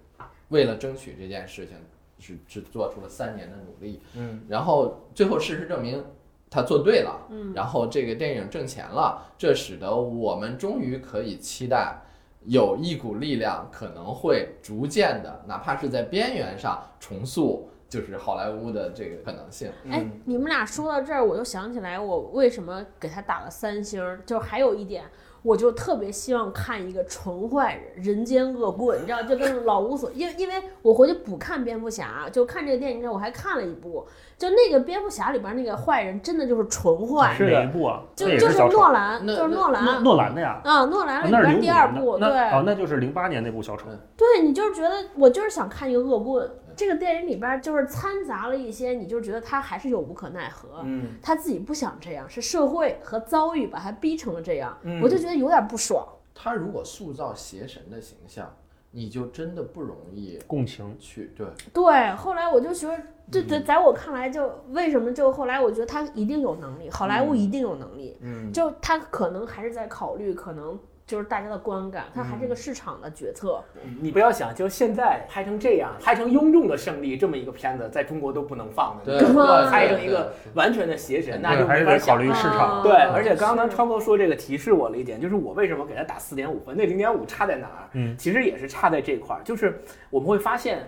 Speaker 4: 为了争取这件事情，是只做出了三年的努力。
Speaker 2: 嗯，
Speaker 4: 然后最后事实证明他做对了。
Speaker 1: 嗯
Speaker 4: 然后这个电影挣钱了，这使得我们终于可以期待有一股力量可能会逐渐的，哪怕是在边缘上重塑，就是好莱坞的这个可能性。
Speaker 1: 哎，
Speaker 3: 嗯
Speaker 1: 你们俩说到这儿，我就想起来，我为什么给他打了三星儿，就是还有一点。我就特别希望看一个纯坏人、人间恶棍，你知道，就跟老无所，因为因为我回去补看蝙蝠侠，啊就看这个电影之后，我还看了一部，就那个蝙蝠侠里边那个坏人真的就是纯坏，
Speaker 2: 是的
Speaker 3: 哪一部啊？
Speaker 1: 就
Speaker 3: 那也
Speaker 1: 就是
Speaker 3: 小丑
Speaker 1: 诺兰，
Speaker 4: 那
Speaker 1: 就是诺
Speaker 3: 诺
Speaker 1: 兰，
Speaker 3: 诺兰的呀，
Speaker 1: 啊，诺
Speaker 3: 啊
Speaker 1: 兰里
Speaker 3: 那
Speaker 1: 边
Speaker 3: 是零五
Speaker 1: 第二
Speaker 3: 年的，
Speaker 1: 部，
Speaker 3: 那
Speaker 1: 对，嗯
Speaker 3: 哦，那就是零八年那部小丑。
Speaker 1: 对你就是觉得我就是想看一个恶棍，这个电影里边儿就是掺杂了一些，你就觉得他还是有无可奈何，
Speaker 2: 嗯，
Speaker 1: 他自己不想这样，是社会和遭遇把他逼成了这样，
Speaker 2: 嗯
Speaker 1: 我就觉得有点不爽。
Speaker 4: 他如果塑造邪神的形象，你就真的不容易
Speaker 3: 共情，
Speaker 4: 去对。
Speaker 1: 对，后来我就觉得，就在在我看来就，为什么就后来我觉得他一定有能力，好莱坞一定有能力，
Speaker 2: 嗯
Speaker 1: 就他可能还是在考虑，可能就是大家的观感，他还是个市场的决策，
Speaker 2: 你不要想，就现在拍成这样，拍成《庸众的胜利》这么一个片子，在中国都不能放的，
Speaker 4: 对
Speaker 2: 你如果
Speaker 1: 嗯
Speaker 2: 拍成一个完全的邪神，那
Speaker 3: 对
Speaker 2: 就
Speaker 3: 还
Speaker 2: 没
Speaker 3: 是
Speaker 2: 法
Speaker 3: 得考
Speaker 2: 想
Speaker 3: 虑市场。
Speaker 1: 啊
Speaker 2: 对，而且刚刚
Speaker 1: 是
Speaker 2: 超哥说这个提示我了一点，就是我为什么给他打四点五分，那零点五差在哪儿？
Speaker 3: 嗯
Speaker 2: 其实也是差在这块儿，就是我们会发现，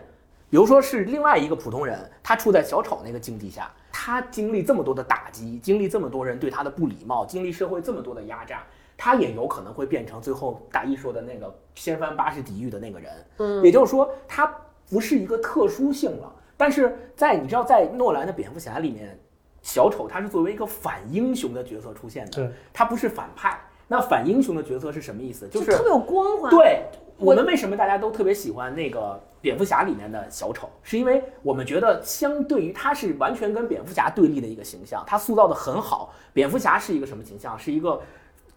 Speaker 2: 比如说是另外一个普通人，他处在小丑那个境地下，他经历这么多的打击，经历这么多人对他的不礼貌，经历社会这么多的压榨，他也有可能会变成最后大一说的那个掀翻巴士底狱的那个人。嗯，也就是说，他不是一个特殊性了。但是在你知道，在诺兰的蝙蝠侠里面，小丑他是作为一个反英雄的角色出现的
Speaker 3: 对，
Speaker 2: 他不是反派。那反英雄的角色是什么意思？就是
Speaker 1: 特别有光环。，
Speaker 2: 对，
Speaker 1: 我
Speaker 2: 我们为什么大家都特别喜欢那个蝙蝠侠里面的小丑，是因为我们觉得相对于他是完全跟蝙蝠侠对立的一个形象，他塑造的很好。蝙蝠侠是一个什么形象？是一个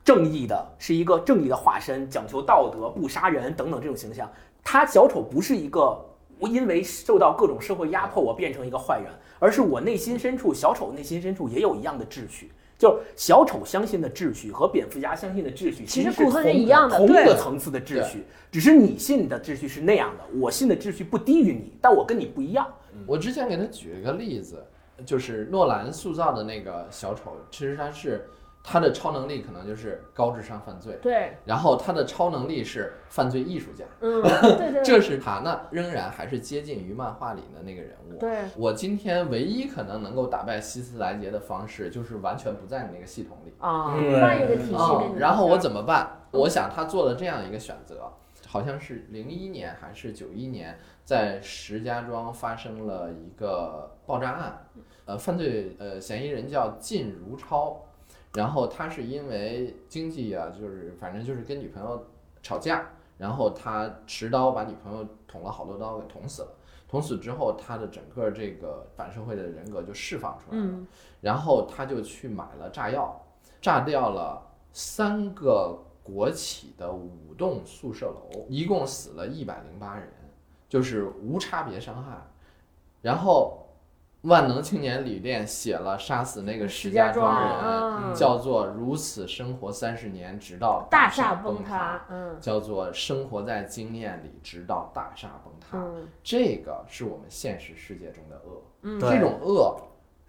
Speaker 2: 正义的，是一个正义的化身，讲求道德、不杀人等等这种形象。他小丑不是一个我因为受到各种社会压迫，我变成一个坏人，而是我内心深处，小丑内心深处也有一样的秩序。就是小丑相信的秩序和蝙蝠侠相信的秩序，
Speaker 1: 其实
Speaker 2: 是
Speaker 1: 骨子里
Speaker 2: 同
Speaker 1: 一样的
Speaker 2: 同一
Speaker 1: 对
Speaker 2: 个层次的秩序，只是你信的秩序是那样的，我信的秩序不低于你，但我跟你不一样。
Speaker 4: 我之前给他举了个例子，就是诺兰塑造的那个小丑，其实他是他的超能力可能就是高智商犯罪，
Speaker 1: 对，
Speaker 4: 然后他的超能力是犯罪艺术家，
Speaker 1: 嗯，对对
Speaker 4: 这
Speaker 1: 对，
Speaker 4: 是塔纳仍然还是接近于漫画里的那个人物。
Speaker 1: 对
Speaker 4: 我今天唯一可能能够打败希斯莱杰的方式，就是完全不在你那个系统里。
Speaker 1: 啊，
Speaker 2: 嗯
Speaker 1: 换一个体嗯系
Speaker 4: 啊、
Speaker 1: 跟你。
Speaker 4: 然后我怎
Speaker 1: 么？
Speaker 4: 么办？我想他做了这样一个选择，好像是零一年还是九一年，在石家庄发生了一个爆炸案，
Speaker 1: 嗯
Speaker 4: 呃，犯罪呃嫌疑人叫靳如超，然后他是因为经济啊，就是反正就是跟女朋友吵架，然后他持刀把女朋友捅了好多刀给捅死了。捅死之后，他的整个这个反社会的人格就释放出来了，
Speaker 1: 嗯
Speaker 4: 然后他就去买了炸药，炸掉了三个国企的五栋宿舍楼，一共死了一百零八人，就是无差别伤害。然后，万能青年旅店写了杀死那个石家庄人，
Speaker 1: 石家庄人嗯
Speaker 4: 叫做“如此生活三十年，直到
Speaker 1: 大厦
Speaker 4: 厦
Speaker 1: 崩
Speaker 4: 塌
Speaker 1: 塌，嗯”，
Speaker 4: 叫做“生活在经验里，直到大厦崩塌”
Speaker 1: 嗯
Speaker 4: 这个是我们现实世界中的恶。
Speaker 1: 嗯
Speaker 4: 这种恶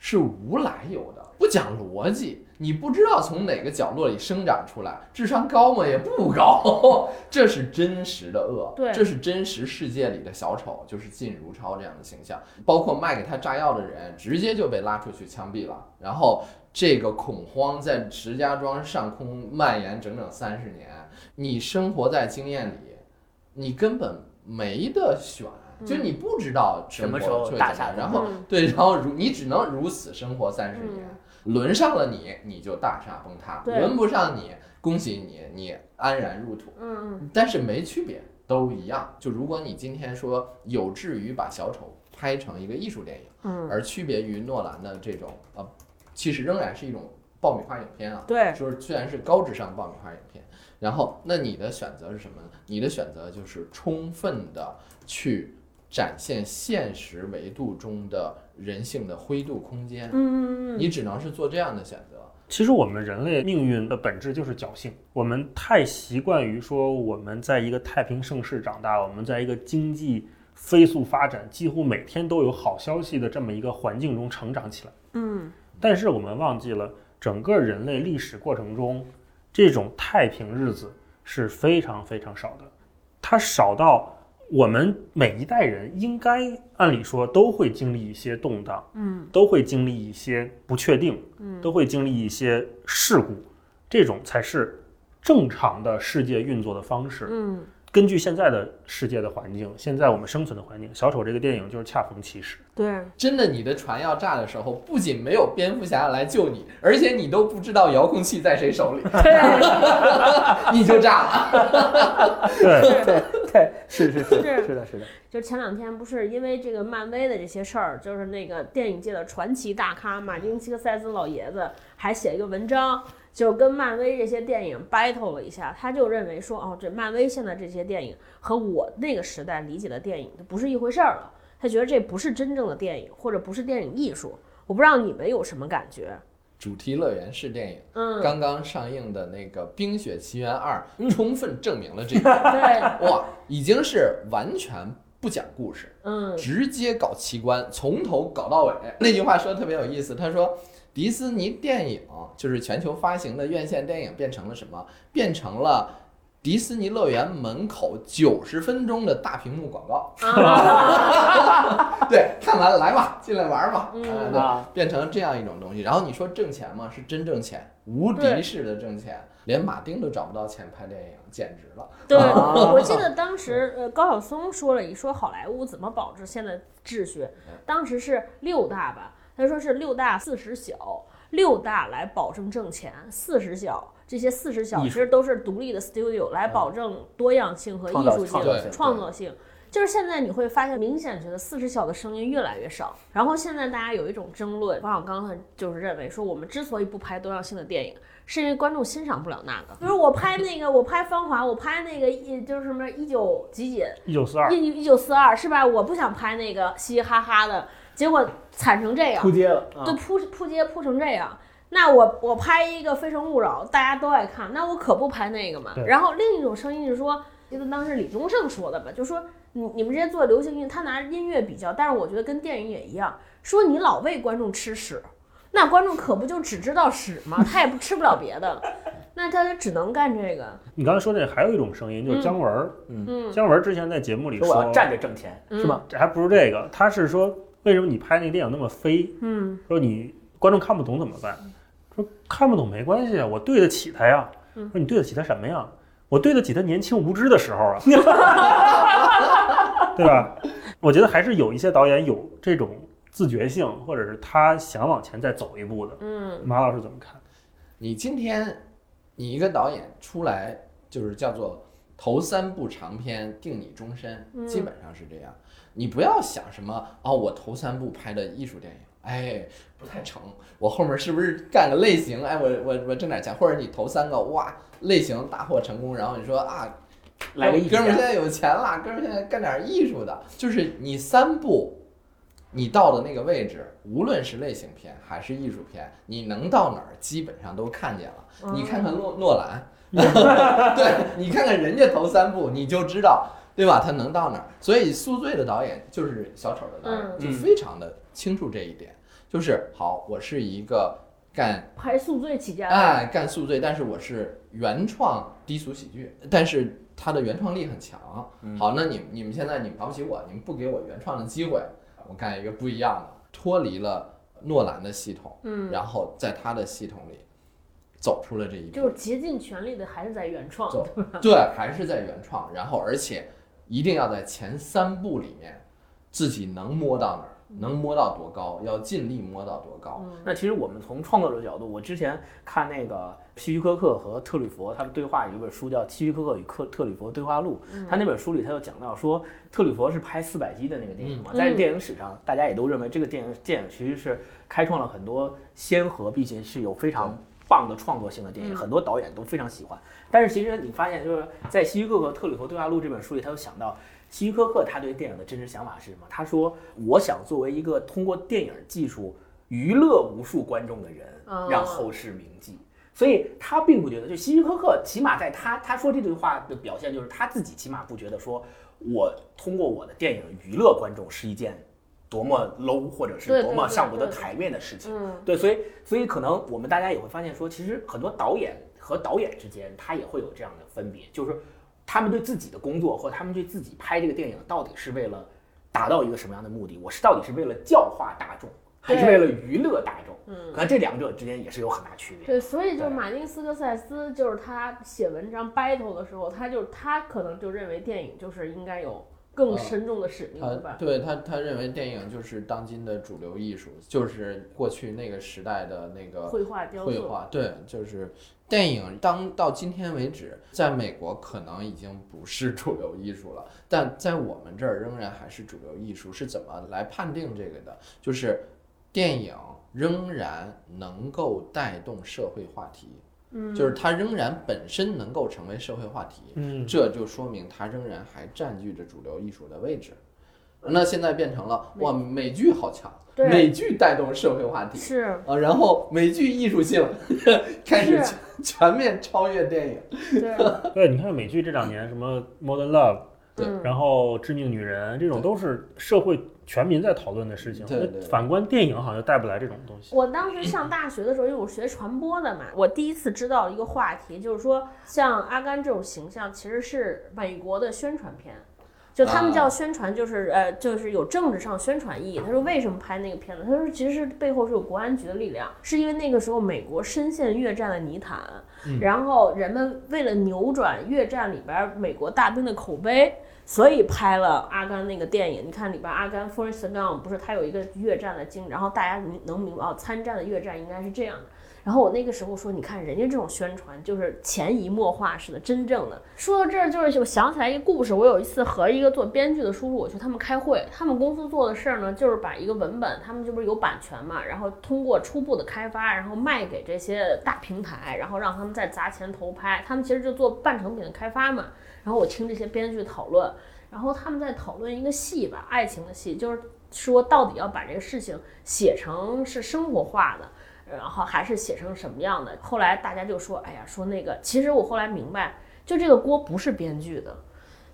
Speaker 4: 是无来由的，不讲逻辑，你不知道从哪个角落里生长出来，智商高吗？也不高， 这是真实的恶，
Speaker 1: 对
Speaker 4: 这是真实世界里的小丑，就是靳如超这样的形象，包括卖给他炸药的人，直接就被拉出去枪毙了，然后。这个恐慌在石家庄上空蔓延整整三十年，你生活在经验里，你根本没得选，就你不知道
Speaker 2: 什么
Speaker 4: 生
Speaker 2: 时
Speaker 4: 活
Speaker 2: 候
Speaker 4: 会怎
Speaker 2: 大
Speaker 4: 样
Speaker 2: 厦
Speaker 4: 然后
Speaker 1: 嗯
Speaker 4: 对，然后如你只能如此生活三十年，轮上了你，你就大厦崩塌；
Speaker 1: 对
Speaker 4: 轮不上你，恭喜你，你安然入土。
Speaker 1: 嗯嗯，
Speaker 4: 但是没区别，都一样。就如果你今天说有志于把小丑拍成一个艺术电影，
Speaker 1: 嗯，
Speaker 4: 而区别于诺兰的这种呃，其实仍然是一种爆米花影片啊，
Speaker 1: 对
Speaker 4: 就是虽然是高智商爆米花影片，然后那你的选择是什么呢？你的选择就是充分的去展现现实维度中的人性的灰度空间，
Speaker 1: 嗯嗯嗯，
Speaker 4: 你只能是做这样的选择。
Speaker 3: 其实我们人类命运的本质就是侥幸，我们太习惯于说我们在一个太平盛世长大，我们在一个经济飞速发展，几乎每天都有好消息的这么一个环境中成长起来。
Speaker 1: 嗯，
Speaker 3: 但是我们忘记了，整个人类历史过程中，这种太平日子是非常非常少的，它少到我们每一代人应该按理说都会经历一些动荡，嗯，都会经历一些不确定，嗯，都会经历一些事故，这种才是正常的世界运作的方式。
Speaker 1: 嗯，
Speaker 3: 根据现在的世界的环境，现在我们生存的环境，《小丑》这个电影就是恰逢其时。
Speaker 1: 对，
Speaker 4: 真的，你的船要炸的时候，不仅没有蝙蝠侠来救你，而且你都不知道遥控器在谁手里， 你就炸了。
Speaker 3: 对，
Speaker 2: 对对，是是是
Speaker 1: 是
Speaker 2: 是的，是的，
Speaker 1: 就前两天不是因为这个漫威的这些事儿，就是那个电影界的传奇大咖马丁·西克塞斯老爷子还写一个文章，就跟漫威这些电影 battle 了一下。他就认为说，哦，这漫威现在这些电影和我那个时代理解的电影不是一回事儿了。他觉得这不是真正的电影，或者不是电影艺术。我不知道你们有什么感觉？
Speaker 4: 主题乐园式电影，
Speaker 1: 嗯
Speaker 4: 刚刚上映的那个《冰雪奇缘二》充分证明了这一 点。
Speaker 1: 对，
Speaker 4: 哇，已经是完全不讲故事，
Speaker 1: 嗯，
Speaker 4: 直接搞奇观，从头搞到尾。那句话说的特别有意思，他说。迪斯尼电影就是全球发行的院线电影，变成了什么？变成了迪士 尼乐园门口九十分钟的大屏幕广告。
Speaker 1: 啊，
Speaker 4: 对，看完来吧，进来玩吧，
Speaker 1: 嗯
Speaker 4: 哎
Speaker 2: 啊
Speaker 4: 对，变成这样一种东西。然后你说挣钱嘛，是真挣钱，无敌
Speaker 1: 对
Speaker 4: 式的挣钱，连马丁都找不到钱拍电影，简直了。
Speaker 1: 对，
Speaker 2: 啊
Speaker 1: 我记得当时呃高晓松说了一说好莱坞怎么保持现在秩序，
Speaker 3: 嗯
Speaker 1: 当时是六大吧，他说是六大四十小，六大来保证挣钱，四十小这些四十小
Speaker 3: 艺术
Speaker 1: 其实都是独立的 studio 来保证多样性和艺
Speaker 2: 创造
Speaker 1: 术性
Speaker 2: 创
Speaker 4: 造性、
Speaker 1: 创作性。就是现在你会发现，明显觉得四十小的声音越来越少。然后现在大家有一种争论，王小刚他就是认为说，我们之所以不拍多样性的电影，是因为观众欣赏不了那个。比如我拍那个，我拍《芳华》，我拍那个一就是什么一九几几
Speaker 3: 一九四二，
Speaker 1: 一一九四二是吧？我不想拍那个嘻嘻哈哈的，结果惨成这样
Speaker 2: 扑，街了啊
Speaker 1: 就！扑扑街扑成这样。那我我拍一个《非诚勿扰》，大家都爱看，那我可不拍那个嘛
Speaker 3: 对。
Speaker 1: 然后另一种声音是说，记得当时李宗盛说的吧，就说你你们这些做流行音乐，他拿音乐比较，但是我觉得跟电影也一样，说你老喂观众吃屎，那观众可不就只知道屎吗？ 他也不吃不了别的，那他就只能干这个。
Speaker 3: 你刚才说那还有一种声音，就是姜文儿。
Speaker 1: 嗯
Speaker 3: 姜文儿之前在节目里
Speaker 2: 说
Speaker 3: 说，
Speaker 2: 我要站着挣钱是吗？
Speaker 3: 这还不如这个，他是说为什么你拍那个电影那么飞？
Speaker 1: 嗯
Speaker 3: 说你观众看不懂怎么办？说看不懂没关系啊，我对得起他呀。
Speaker 1: 嗯
Speaker 3: 说你对得起他什么呀？我对得起他年轻无知的时候 啊，对吧？我觉得还是有一些导演有这种自觉性，或者是他想往前再走一步的。
Speaker 1: 嗯
Speaker 3: 马老师怎么看？
Speaker 4: 你今天你一个导演出来就是叫做头三部长片定你终身，基本上是这样。你不要想什么哦，我头三部拍的艺术电影，哎，不太成，我后面是不是干个类型？哎，我我我挣点钱，或者你头三个哇类型大获成功，然后你说啊
Speaker 2: 来个一
Speaker 4: 哦哥们儿现
Speaker 2: 年，
Speaker 4: 在有钱了，哥们儿现在干点艺术的，就是你三步，你到的那个位置，无论是类型片还是艺术片，你能到哪儿，基本上都看见了。你看看诺诺兰， 对你看看人家头三部，你就知道，对吧？他能到哪儿？所以《宿醉》的导演就是小丑的导演，
Speaker 1: 嗯
Speaker 4: 就非常的清楚这一点，就是好，我是一个干
Speaker 1: 拍宿醉起家的，
Speaker 4: 哎，干宿醉，但是我是原创低俗喜剧，但是它的原创力很强。
Speaker 1: 嗯
Speaker 4: 好，那你你们现在你们瞧不起我，你们不给我原创的机会，我干一个不一样的，脱离了诺兰的系统，
Speaker 1: 嗯
Speaker 4: 然后在他的系统里走出了这一步，
Speaker 1: 就是竭尽全力的还是在原创。
Speaker 4: 走，对，还是在原创，然后而且一定要在前三步里面自己能摸到哪儿，能摸到多高，要尽力摸到多高。
Speaker 2: 那其实我们从创作者角度，我之前看那个希区柯克和特吕弗他们对话，有一本书叫《希区柯克与克特吕弗对话录》。他那本书里他就讲到说，特吕弗是拍四百集的那个电影嘛，在电影史上，大家也都认为这个电影电影其实是开创了很多先河，并且是有非常棒的创作性的电
Speaker 1: 嗯
Speaker 2: 影，很多导演都非常喜欢。但是其实你发现，就是在希区柯克《特吕弗对话录》这本书里，他就想到希区柯克他对电影的真实想法是什么？他说：“我想作为一个通过电影技术娱乐无数观众的人
Speaker 1: 哦，
Speaker 2: 让后世铭记。”所以他并不觉得，就希区柯克起码在他他说这句话的表现，就是他自己起码不觉得说，我通过我的电影娱乐观众是一件多么 low 或者
Speaker 1: 嗯对
Speaker 2: 是多么
Speaker 1: 对对
Speaker 2: 上不得
Speaker 1: 对
Speaker 2: 台面的事情。
Speaker 1: 嗯
Speaker 2: 对，所以所以可能我们大家也会发现说，其实很多导演和导演之间，他也会有这样的分别，就是他们对自己的工作或他们对自己拍这个电影到底是为了达到一个什么样的目的？我是到底是为了教化大众，还是
Speaker 1: 对
Speaker 2: 为了娱乐大众？嗯，可能这两者之间也是有很大区别。
Speaker 1: 对，所以就是
Speaker 2: 对
Speaker 1: 马丁斯科塞斯，就是他写文章 battle 的时候，他就他可能就认为电影就是应该有更深重的使命，对
Speaker 4: 嗯他
Speaker 1: 吧？
Speaker 4: 对他，他认为电影就是当今的主流艺术，就是过去那个时代的那个
Speaker 1: 绘画、雕
Speaker 4: 绘
Speaker 1: 塑，
Speaker 4: 画。对，就是电影当到今天为止，在美国可能已经不是主流艺术了，但在我们这儿仍然还是主流艺术。是怎么来判定这个的？就是电影仍然能够带动社会话题，嗯，就是它仍然本身能够成为社会话题，
Speaker 3: 嗯，
Speaker 4: 这就说明它仍然还占据着主流艺术的位置。那现在变成了哇，美剧好强，
Speaker 1: 对
Speaker 4: 美剧带动社会话题
Speaker 1: 是，
Speaker 4: 啊，然后美剧艺术性 开始
Speaker 1: 是
Speaker 4: 全全面超越电影。
Speaker 1: 对，
Speaker 3: 对，你看美剧这两年什么《Modern Love》，
Speaker 4: 对
Speaker 1: 嗯
Speaker 3: 然后《致命女人》这种
Speaker 4: 嗯对
Speaker 3: 都是社会全民在讨论的事情。
Speaker 4: 对对哦
Speaker 3: 那
Speaker 4: 对
Speaker 3: 反观电影好像带不来这种东西。
Speaker 1: 我当时上大学的时候，因为我是学传播的嘛，我第一次知道一个话题，就是说像阿甘这种形象其实是美国的宣传片，就他们
Speaker 4: 啊
Speaker 1: 叫宣传，就是、呃，就是有政治上宣传意义。他说为什么拍那个片子？他说其实是背后是有国安局的力量，是因为那个时候美国深陷越战的泥潭，然后人们为了扭转越战里边儿美国大兵的口碑，所以拍了阿甘那个电影。你看里边阿甘 Forrest Gump 不是他有一个越战的经历，然后大家能明白哦，参战的越战应该是这样的。然后我那个时候说，你看人家这种宣传就是潜移默化式的，真正的。说到这儿，就是我想起来一个故事，我有一次和一个做编剧的叔叔，我去他们开会，他们公司做的事儿呢，就是把一个文本，他们这不是有版权嘛，然后通过初步的开发，然后卖给这些大平台，然后让他们再砸钱投拍，他们其实就做半成品的开发嘛。然后我听这些编剧讨论，然后他们在讨论一个戏吧，爱情的戏，就是说到底要把这个事情写成是生活化的。然后还是写成什么样的。后来大家就说，哎呀，说那个，其实我后来明白，就这个锅不是编剧的，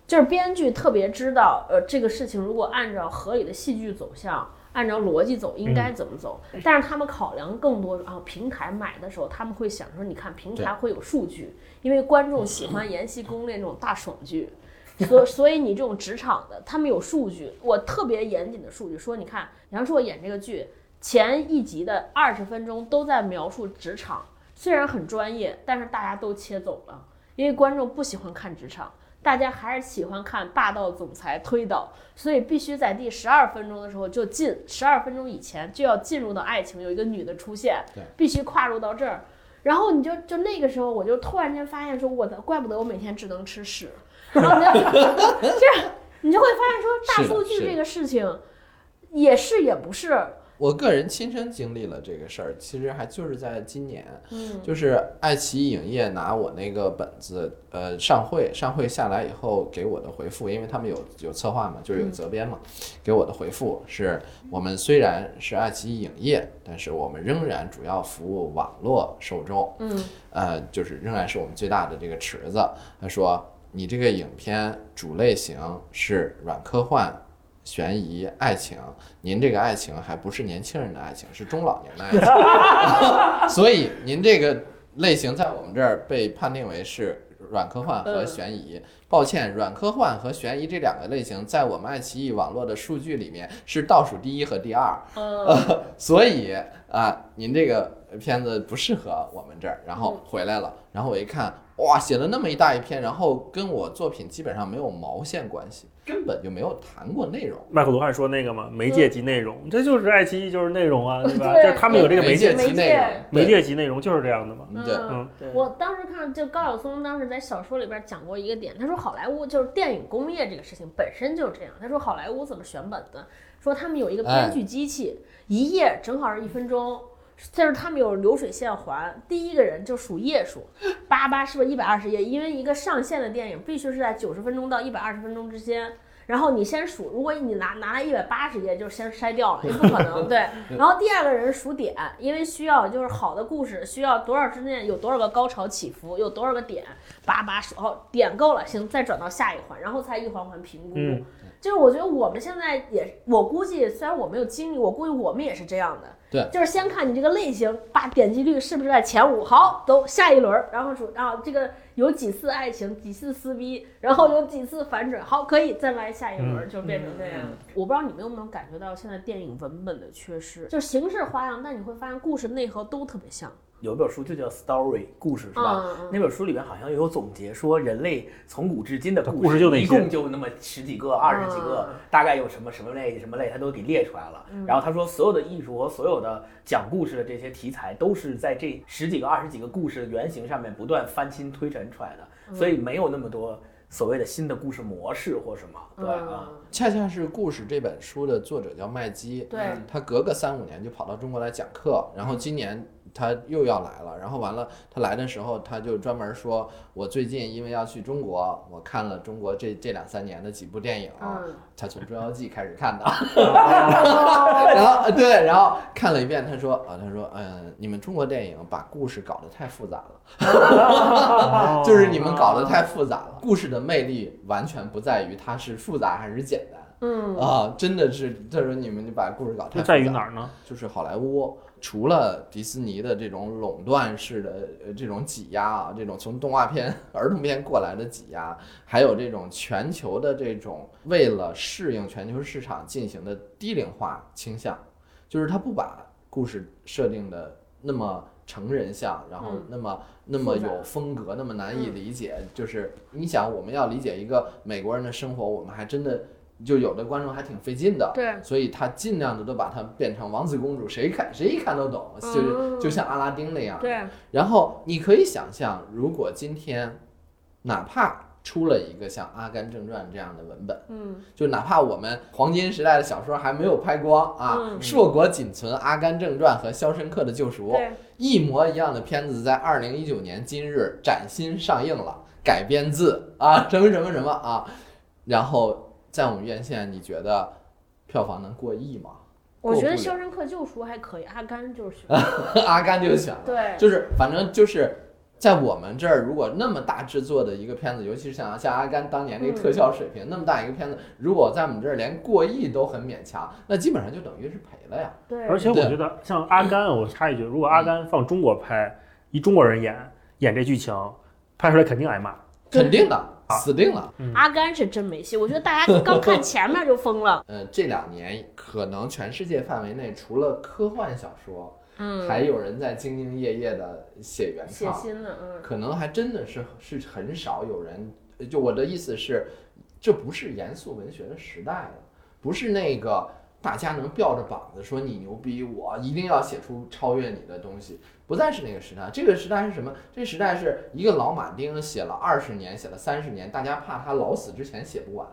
Speaker 1: 就是编剧特别知道，呃，这个事情如果按照合理的戏剧走向。按照逻辑走应该怎么走，但是他们考量更多啊，平台买的时候他们会想说，你看平台会有数据，因为观众喜欢《延禧攻略》这种大爽剧，所所以你这种职场的，他们有数据，我特别严谨的数据，说你看梁硕演这个剧前一集的二十分钟都在描述职场，虽然很专业，但是大家都切走了，因为观众不喜欢看职场。大家还是喜欢看霸道总裁推倒，所以必须在第十二分钟的时候就进，十二分钟以前就要进入到爱情，有一个女的出现
Speaker 4: 对，
Speaker 1: 必须跨入到这儿。然后你就就那个时候，我就突然间发现说，我的怪不得我每天只能吃屎，然后你就 这样，你就会发现说，大
Speaker 4: 是的
Speaker 1: 数据
Speaker 4: 是的
Speaker 1: 这个事情也是也不是，
Speaker 4: 我个人亲身经历了这个事儿，其实还就是在今年，
Speaker 1: 嗯
Speaker 4: 就是爱奇艺影业拿我那个本子，呃，上会上会下来以后给我的回复，因为他们有有策划嘛，
Speaker 1: 嗯
Speaker 4: 就是有责编嘛，给我的回复是我们虽然是爱奇艺影业，但是我们仍然主要服务网络受众，
Speaker 1: 嗯
Speaker 4: 呃，就是仍然是我们最大的这个池子。他说你这个影片主类型是软科幻、悬疑、爱情，您这个爱情还不是年轻人的爱情，是中老年的爱情，所以您这个类型在我们这儿被判定为是。软科幻和悬疑，抱歉，软科幻和悬疑这两个类型在我们爱奇艺网络的数据里面是倒数第一和第二，
Speaker 1: 呃，
Speaker 4: 所以啊，您这个片子不适合我们这儿，然后回来了，然后我一看，哇，写了那么一大一篇，然后跟我作品基本上没有毛线关系，根本就没有谈过内容。
Speaker 3: 麦克卢汉说那个嘛，媒介及内容，这就是爱奇艺就是内容 啊，对吧？
Speaker 1: 对
Speaker 3: 就是他们有这个媒
Speaker 4: 媒
Speaker 3: 介，
Speaker 4: 及内容，
Speaker 3: 媒
Speaker 4: 对，
Speaker 3: 介及内容就是这样的嘛。
Speaker 4: 嗯对，
Speaker 3: 嗯，
Speaker 2: 对
Speaker 1: 我当时看，就高晓松当时在小说里边讲过一个点，他说好莱坞就是电影工业这个事情本身就是这样。他说好莱坞怎么选本子，说他们有一个编剧机器，一页正好是一分钟，就是他们有流水线还，第一个人就数页数，叭叭是不是一百二十页？因为一个上线的电影必须是在九十分钟到一百二十分钟之间。然后你先数，如果你拿拿来一百八十页，就先筛掉了，也不可能。对，然后第二个人数点，因为需要就是好的故事需要多少之内有多少个高潮起伏，有多少个点，叭叭数，哦，点够了，行，再转到下一环，然后才一环环评估。
Speaker 3: 嗯
Speaker 1: 就是我觉得我们现在也，我估计虽然我没有经历，我估计我们也是这样的。
Speaker 4: 对
Speaker 1: 就是先看你这个类型，把点击率是不是在前五，好，都下一轮儿，然后数啊，这个有几次爱情，几次撕逼，然后有几次反转，好，可以再来下一
Speaker 2: 嗯
Speaker 1: 轮儿，就变成这样。我不知道你们有没有感觉到现在电影文本的缺失，就是形式花样，但你会发现故事内核都特别像。
Speaker 2: 有一本书就叫《Story》故事是吧？
Speaker 1: 嗯嗯
Speaker 2: 那本书里面好像也有总结说，人类从古至今的故
Speaker 3: 故事就那些
Speaker 2: 一共就那么十几个、二十几个，
Speaker 1: 嗯
Speaker 2: 大概有什么什么类、什么类，他都给列出来了。然后他说，所有的艺术和所有的讲故事的这些题材，都是在这十几个、二十几个故事的原型上面不断翻新推陈出来的，
Speaker 1: 嗯
Speaker 2: 所以没有那么多所谓的新的故事模式或什么。对啊，
Speaker 4: 恰恰是《故事》这本书的作者叫麦基，
Speaker 1: 对
Speaker 4: 他隔个三五年就跑到中国来讲课，然后今年他又要来了，然后完了他来的时候他就专门说，我最近因为要去中国，我看了中国这这两三年的几部电影，
Speaker 1: 嗯哦
Speaker 4: 他从《捉妖记》开始看的， 然后对，然后看了一遍，他说啊，他说嗯、你们中国电影把故事搞得太复杂了，
Speaker 1: 嗯
Speaker 2: 啊
Speaker 4: 就是你们搞得太复杂了，故事的魅力完全不在于它是复杂还是简单。
Speaker 1: 嗯
Speaker 4: 啊，真的是他说你们把故事搞太
Speaker 3: 就
Speaker 4: 复
Speaker 3: 在于
Speaker 4: 杂
Speaker 3: 哪儿呢？
Speaker 4: 就是好莱坞除了迪士尼的这种垄断式的呃这种挤压啊，这种从动画片、儿童片过来的挤压，还有这种全球的这种为了适应全球市场进行的低龄化倾向，就是他不把故事设定的那么成人像，然后
Speaker 1: 嗯
Speaker 4: 那么、那么
Speaker 1: 复杂嗯
Speaker 4: 有风格，那么难以理解。就是你想，我们要理解一个美国人的生活，我们还真的就有的观众还挺费劲的。
Speaker 1: 对，
Speaker 4: 所以他尽量的都把它变成王子公主，谁看谁一看都懂，就
Speaker 1: 嗯
Speaker 4: 是就像阿拉丁那样。
Speaker 1: 对，
Speaker 4: 然后你可以想象，如果今天哪怕出了一个像《阿甘正传》这样的文本，
Speaker 1: 嗯
Speaker 4: 就哪怕我们黄金时代的小说还没有拍光啊，
Speaker 1: 嗯
Speaker 4: 硕果仅存《阿甘正传》和《肖申克的救赎》
Speaker 1: 对，
Speaker 4: 一模一样的片子，在二零一九年今日崭新上映了，改编自啊 什么什么什么啊，然后在我们院线，你觉得票房能过亿吗？
Speaker 1: 我觉得《
Speaker 4: 过
Speaker 1: 肖申克救赎》还可以，《阿甘》就是 选
Speaker 4: 不了阿甘就选了。
Speaker 1: 对，
Speaker 4: 就是反正就是在我们这儿，如果那么大制作的一个片子，尤其是像像阿甘当年那个特效水平、
Speaker 1: 嗯
Speaker 4: 那么大一个片子，如果在我们这儿连过亿都很勉强，那基本上就等于是赔了呀。
Speaker 1: 对，
Speaker 3: 而且我
Speaker 4: 对
Speaker 3: 觉得像阿甘，我插一句，如果阿甘放中国拍，一中国人演演这剧情，拍出来肯定挨骂。
Speaker 1: 对
Speaker 4: 肯定的，死定了。
Speaker 1: 阿甘是真没戏，我觉得大家刚看前面就疯 了。
Speaker 4: 呃，这两年可能全世界范围内，除了科幻小说，
Speaker 1: 嗯，
Speaker 4: 还有人在兢兢业业的写原
Speaker 1: 写
Speaker 4: 创，
Speaker 1: 心呢，嗯，
Speaker 4: 可能还真的是是很少有人。呃就我的意思是，这不是严肃文学的时代了，不是那个大家能吊着膀子说你牛逼，我一定要写出超越你的东西，不再是那个时代。这个时代是什么？这时代是一个老马丁写了二十年，写了三十年，大家怕他老死之前写不完。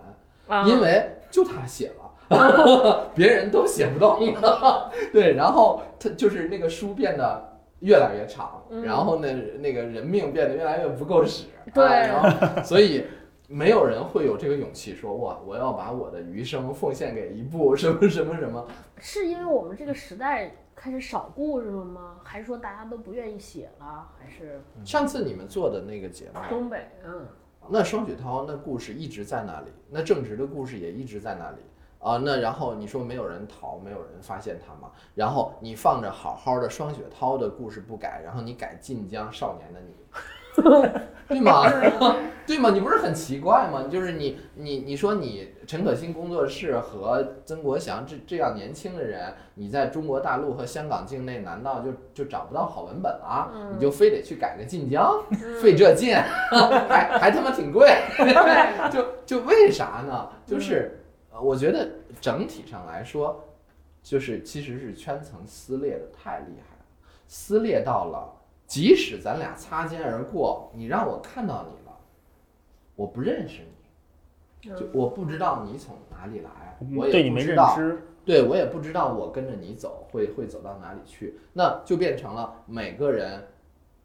Speaker 1: 啊
Speaker 4: 因为就他写了， 别人都写不动
Speaker 1: 嗯
Speaker 4: 了。 对，然后他就是那个书变得越来越长，
Speaker 1: 嗯
Speaker 4: 然后呢，那个人命变得越来越不够使。
Speaker 1: 对
Speaker 4: 啊然后所以。没有人会有这个勇气说哇，我要把我的余生奉献给一部什么什么什么。
Speaker 1: 是因为我们这个时代开始少故事了吗？还是说大家都不愿意写了？还是
Speaker 4: 上次你们做的那个节目，
Speaker 1: 东北？嗯，
Speaker 4: 啊那双雪涛那故事一直在那里，那正直的故事也一直在那里啊。那然后你说没有人逃，没有人发现他嘛？然后你放着好好的双雪涛的故事不改，然后你改晋江少年的你，对吗？对吗？你不是很奇怪吗？就是你你你说你陈可辛工作室和曾国祥这这样年轻的人，你在中国大陆和香港境内难道就就找不到好文本了、
Speaker 1: 嗯
Speaker 4: 你就非得去改个晋江？费这劲，还还他妈挺贵，就就为啥呢？就是呃我觉得整体上来说，就是其实是圈层撕裂的太厉害了，撕裂到了即使咱俩擦肩而过，你让我看到你了，我不认识你，
Speaker 1: 嗯
Speaker 4: 就我不知道你从哪里来，我
Speaker 3: 嗯对你
Speaker 4: 也不
Speaker 3: 没
Speaker 4: 知
Speaker 3: 认
Speaker 4: 道
Speaker 3: 知，
Speaker 4: 对我也不知道我跟着你走会会走到哪里去，那就变成了每个人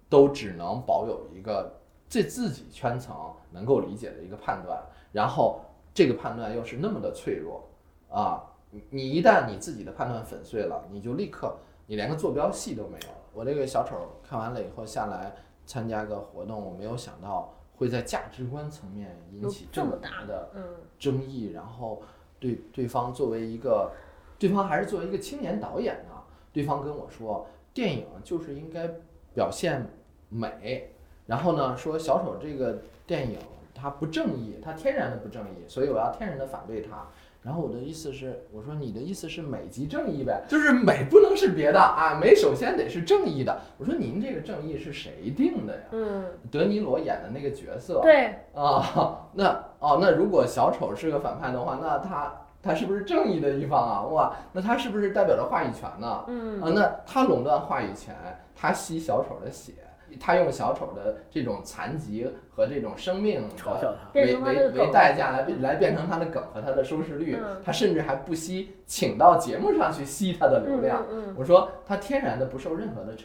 Speaker 4: 都只能保有一个这自己圈层能够理解的一个判断，然后这个判断又是那么的脆弱啊！你你一旦你自己的判断粉碎了，你就立刻你连个坐标系都没有了。我这个小丑看完了以后下来参加个活动，我没有想到会在价值观层面引
Speaker 1: 有
Speaker 4: 起
Speaker 1: 这
Speaker 4: 这
Speaker 1: 么
Speaker 4: 么
Speaker 1: 大
Speaker 4: 大的
Speaker 1: 嗯，
Speaker 4: 争议，然后对对方作为一个，对方还是作为一个青年导演呢，对方跟我说，电影就是应该表现美，然后呢说小丑这个电影它不正义，它天然的不正义，所以我要天然的反对它。然后我的意思是，我说你的意思是美即正义呗，就是美不能是别的啊，美首先得是正义的。我说您这个正义是谁定的呀？
Speaker 1: 嗯，
Speaker 4: 德尼罗演的那个角色，
Speaker 1: 对，
Speaker 4: 啊， 那哦，那如果小丑是个反派的话，那他他是不是正义的一方啊？哇，那他是不是代表着话语权呢？
Speaker 1: 嗯
Speaker 4: 啊，那他垄断话语权，他吸小丑的血，他用小丑的这种残疾和这种生命的
Speaker 2: 嘲笑他
Speaker 4: 为
Speaker 1: 变成他的
Speaker 4: 为
Speaker 1: 梗
Speaker 4: 为代价来变来变成他的梗和他的收视率，
Speaker 1: 嗯
Speaker 4: 他甚至还不惜请到节目上去吸他的流
Speaker 1: 嗯
Speaker 4: 量。
Speaker 1: 嗯，
Speaker 4: 我说他天然的不受任何的惩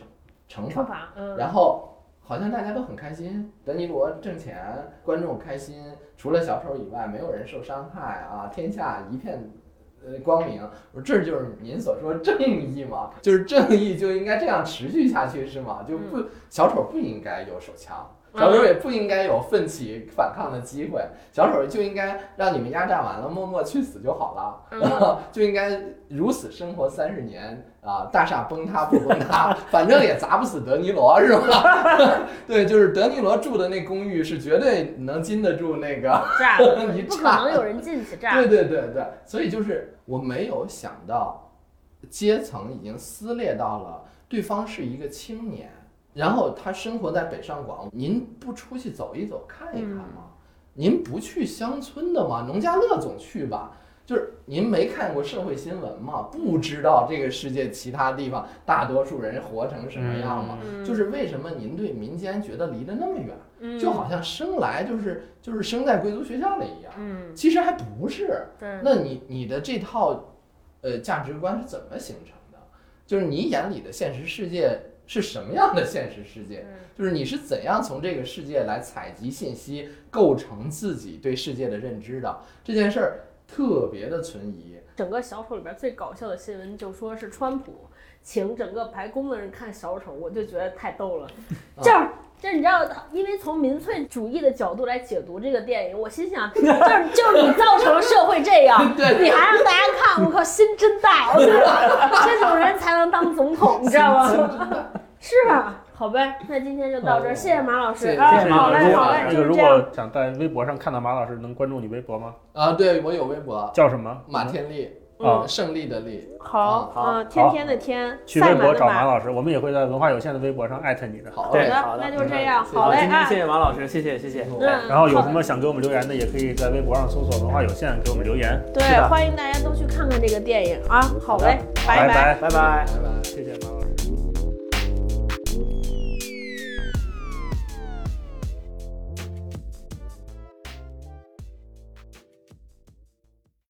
Speaker 4: 惩
Speaker 1: 嗯
Speaker 4: 罚
Speaker 1: 惩。罚，嗯，
Speaker 4: 然后好像大家都很开心，德尼罗挣钱，观众开心，除了小丑以外，没有人受伤害啊，天下一片。呃，光明，我说这就是您所说正义嘛，就是正义就应该这样持续下去是吗？就不小丑不应该有手枪，小丑也不应该有奋起反抗的机会，小丑就应该让你们压榨完了，默默去死就好了， 就应该如此生活三十年啊、大厦崩塌不崩塌， 反正也砸不死德尼罗是吧？ 对，就是德尼罗住的那公寓是绝对能经得住那个
Speaker 1: 炸
Speaker 4: 一
Speaker 1: 不可
Speaker 4: 炸
Speaker 1: 能有人进去炸。
Speaker 4: 对对对对，所以就是我没有想到，阶层已经撕裂到了对方是一个青年，然后他生活在北上广，您不出去走一走看一看吗？您不去乡村的吗？农家乐总去吧。就是您没看过社会新闻吗？不知道这个世界其他地方大多数人活成什么样吗？
Speaker 1: 嗯
Speaker 4: 就是为什么您对民间觉得离得那么远，就好像生来就是就是生在贵族学校里一样。
Speaker 1: 嗯，
Speaker 4: 其实还不是。
Speaker 1: 对，
Speaker 4: 那你你的这套，呃，价值观是怎么形成的？就是你眼里的现实世界是什么样的现实世界？就是你是怎样从这个世界来采集信息，构成自己对世界的认知的？这件事儿特别的存疑。
Speaker 1: 整个小丑里边最搞笑的新闻就说是川普请整个白宫的人看小丑，我就觉得太逗 了。就是这你知道，因为从民粹主义的角度来解读这个电影，我心 想，就是就是你造成了社会这样，你还让大家看，我靠，心真大！我觉 得这种人才能当总统，你知道吗？是啊，好呗，那今天就到这儿，谢谢马老师，
Speaker 4: 谢谢
Speaker 1: 啊
Speaker 4: 谢谢
Speaker 1: 好
Speaker 4: 马老师
Speaker 1: 嘞，
Speaker 3: 如
Speaker 1: 好
Speaker 3: 果
Speaker 1: 嘞，
Speaker 3: 那
Speaker 1: 就
Speaker 3: 个
Speaker 1: 是
Speaker 3: 如
Speaker 1: 这样。
Speaker 3: 果嗯想在微博上看到马老师，能关注你微博吗？
Speaker 4: 啊，对我有微博，
Speaker 3: 叫什么？
Speaker 4: 马天利，
Speaker 3: 啊，
Speaker 4: 胜利的利。
Speaker 1: 好，
Speaker 2: 好
Speaker 1: 嗯，天天的天，
Speaker 3: 去
Speaker 1: 赛
Speaker 3: 微
Speaker 1: 马
Speaker 3: 博
Speaker 1: 的
Speaker 3: 找马
Speaker 1: 马。
Speaker 3: 老师，我们也会在文化有限的微博上艾特你的。
Speaker 4: 好
Speaker 1: 好
Speaker 2: 对
Speaker 1: 的，
Speaker 2: 好的
Speaker 1: 那就这样，
Speaker 4: 嗯
Speaker 1: 好嘞，
Speaker 2: 今天
Speaker 1: 啊
Speaker 2: 谢。谢王老师，谢谢谢谢。
Speaker 1: 嗯，
Speaker 3: 然后有
Speaker 1: 好
Speaker 3: 什么想给我们留言的，也可以在微博上搜索“文化有限”给我们留言。
Speaker 1: 对
Speaker 2: 是，的
Speaker 1: 欢迎大家都去看看这个电影啊！好嘞，
Speaker 2: 好
Speaker 1: 拜拜
Speaker 3: 拜
Speaker 2: 拜拜。
Speaker 4: 拜拜。
Speaker 3: 谢谢马老师。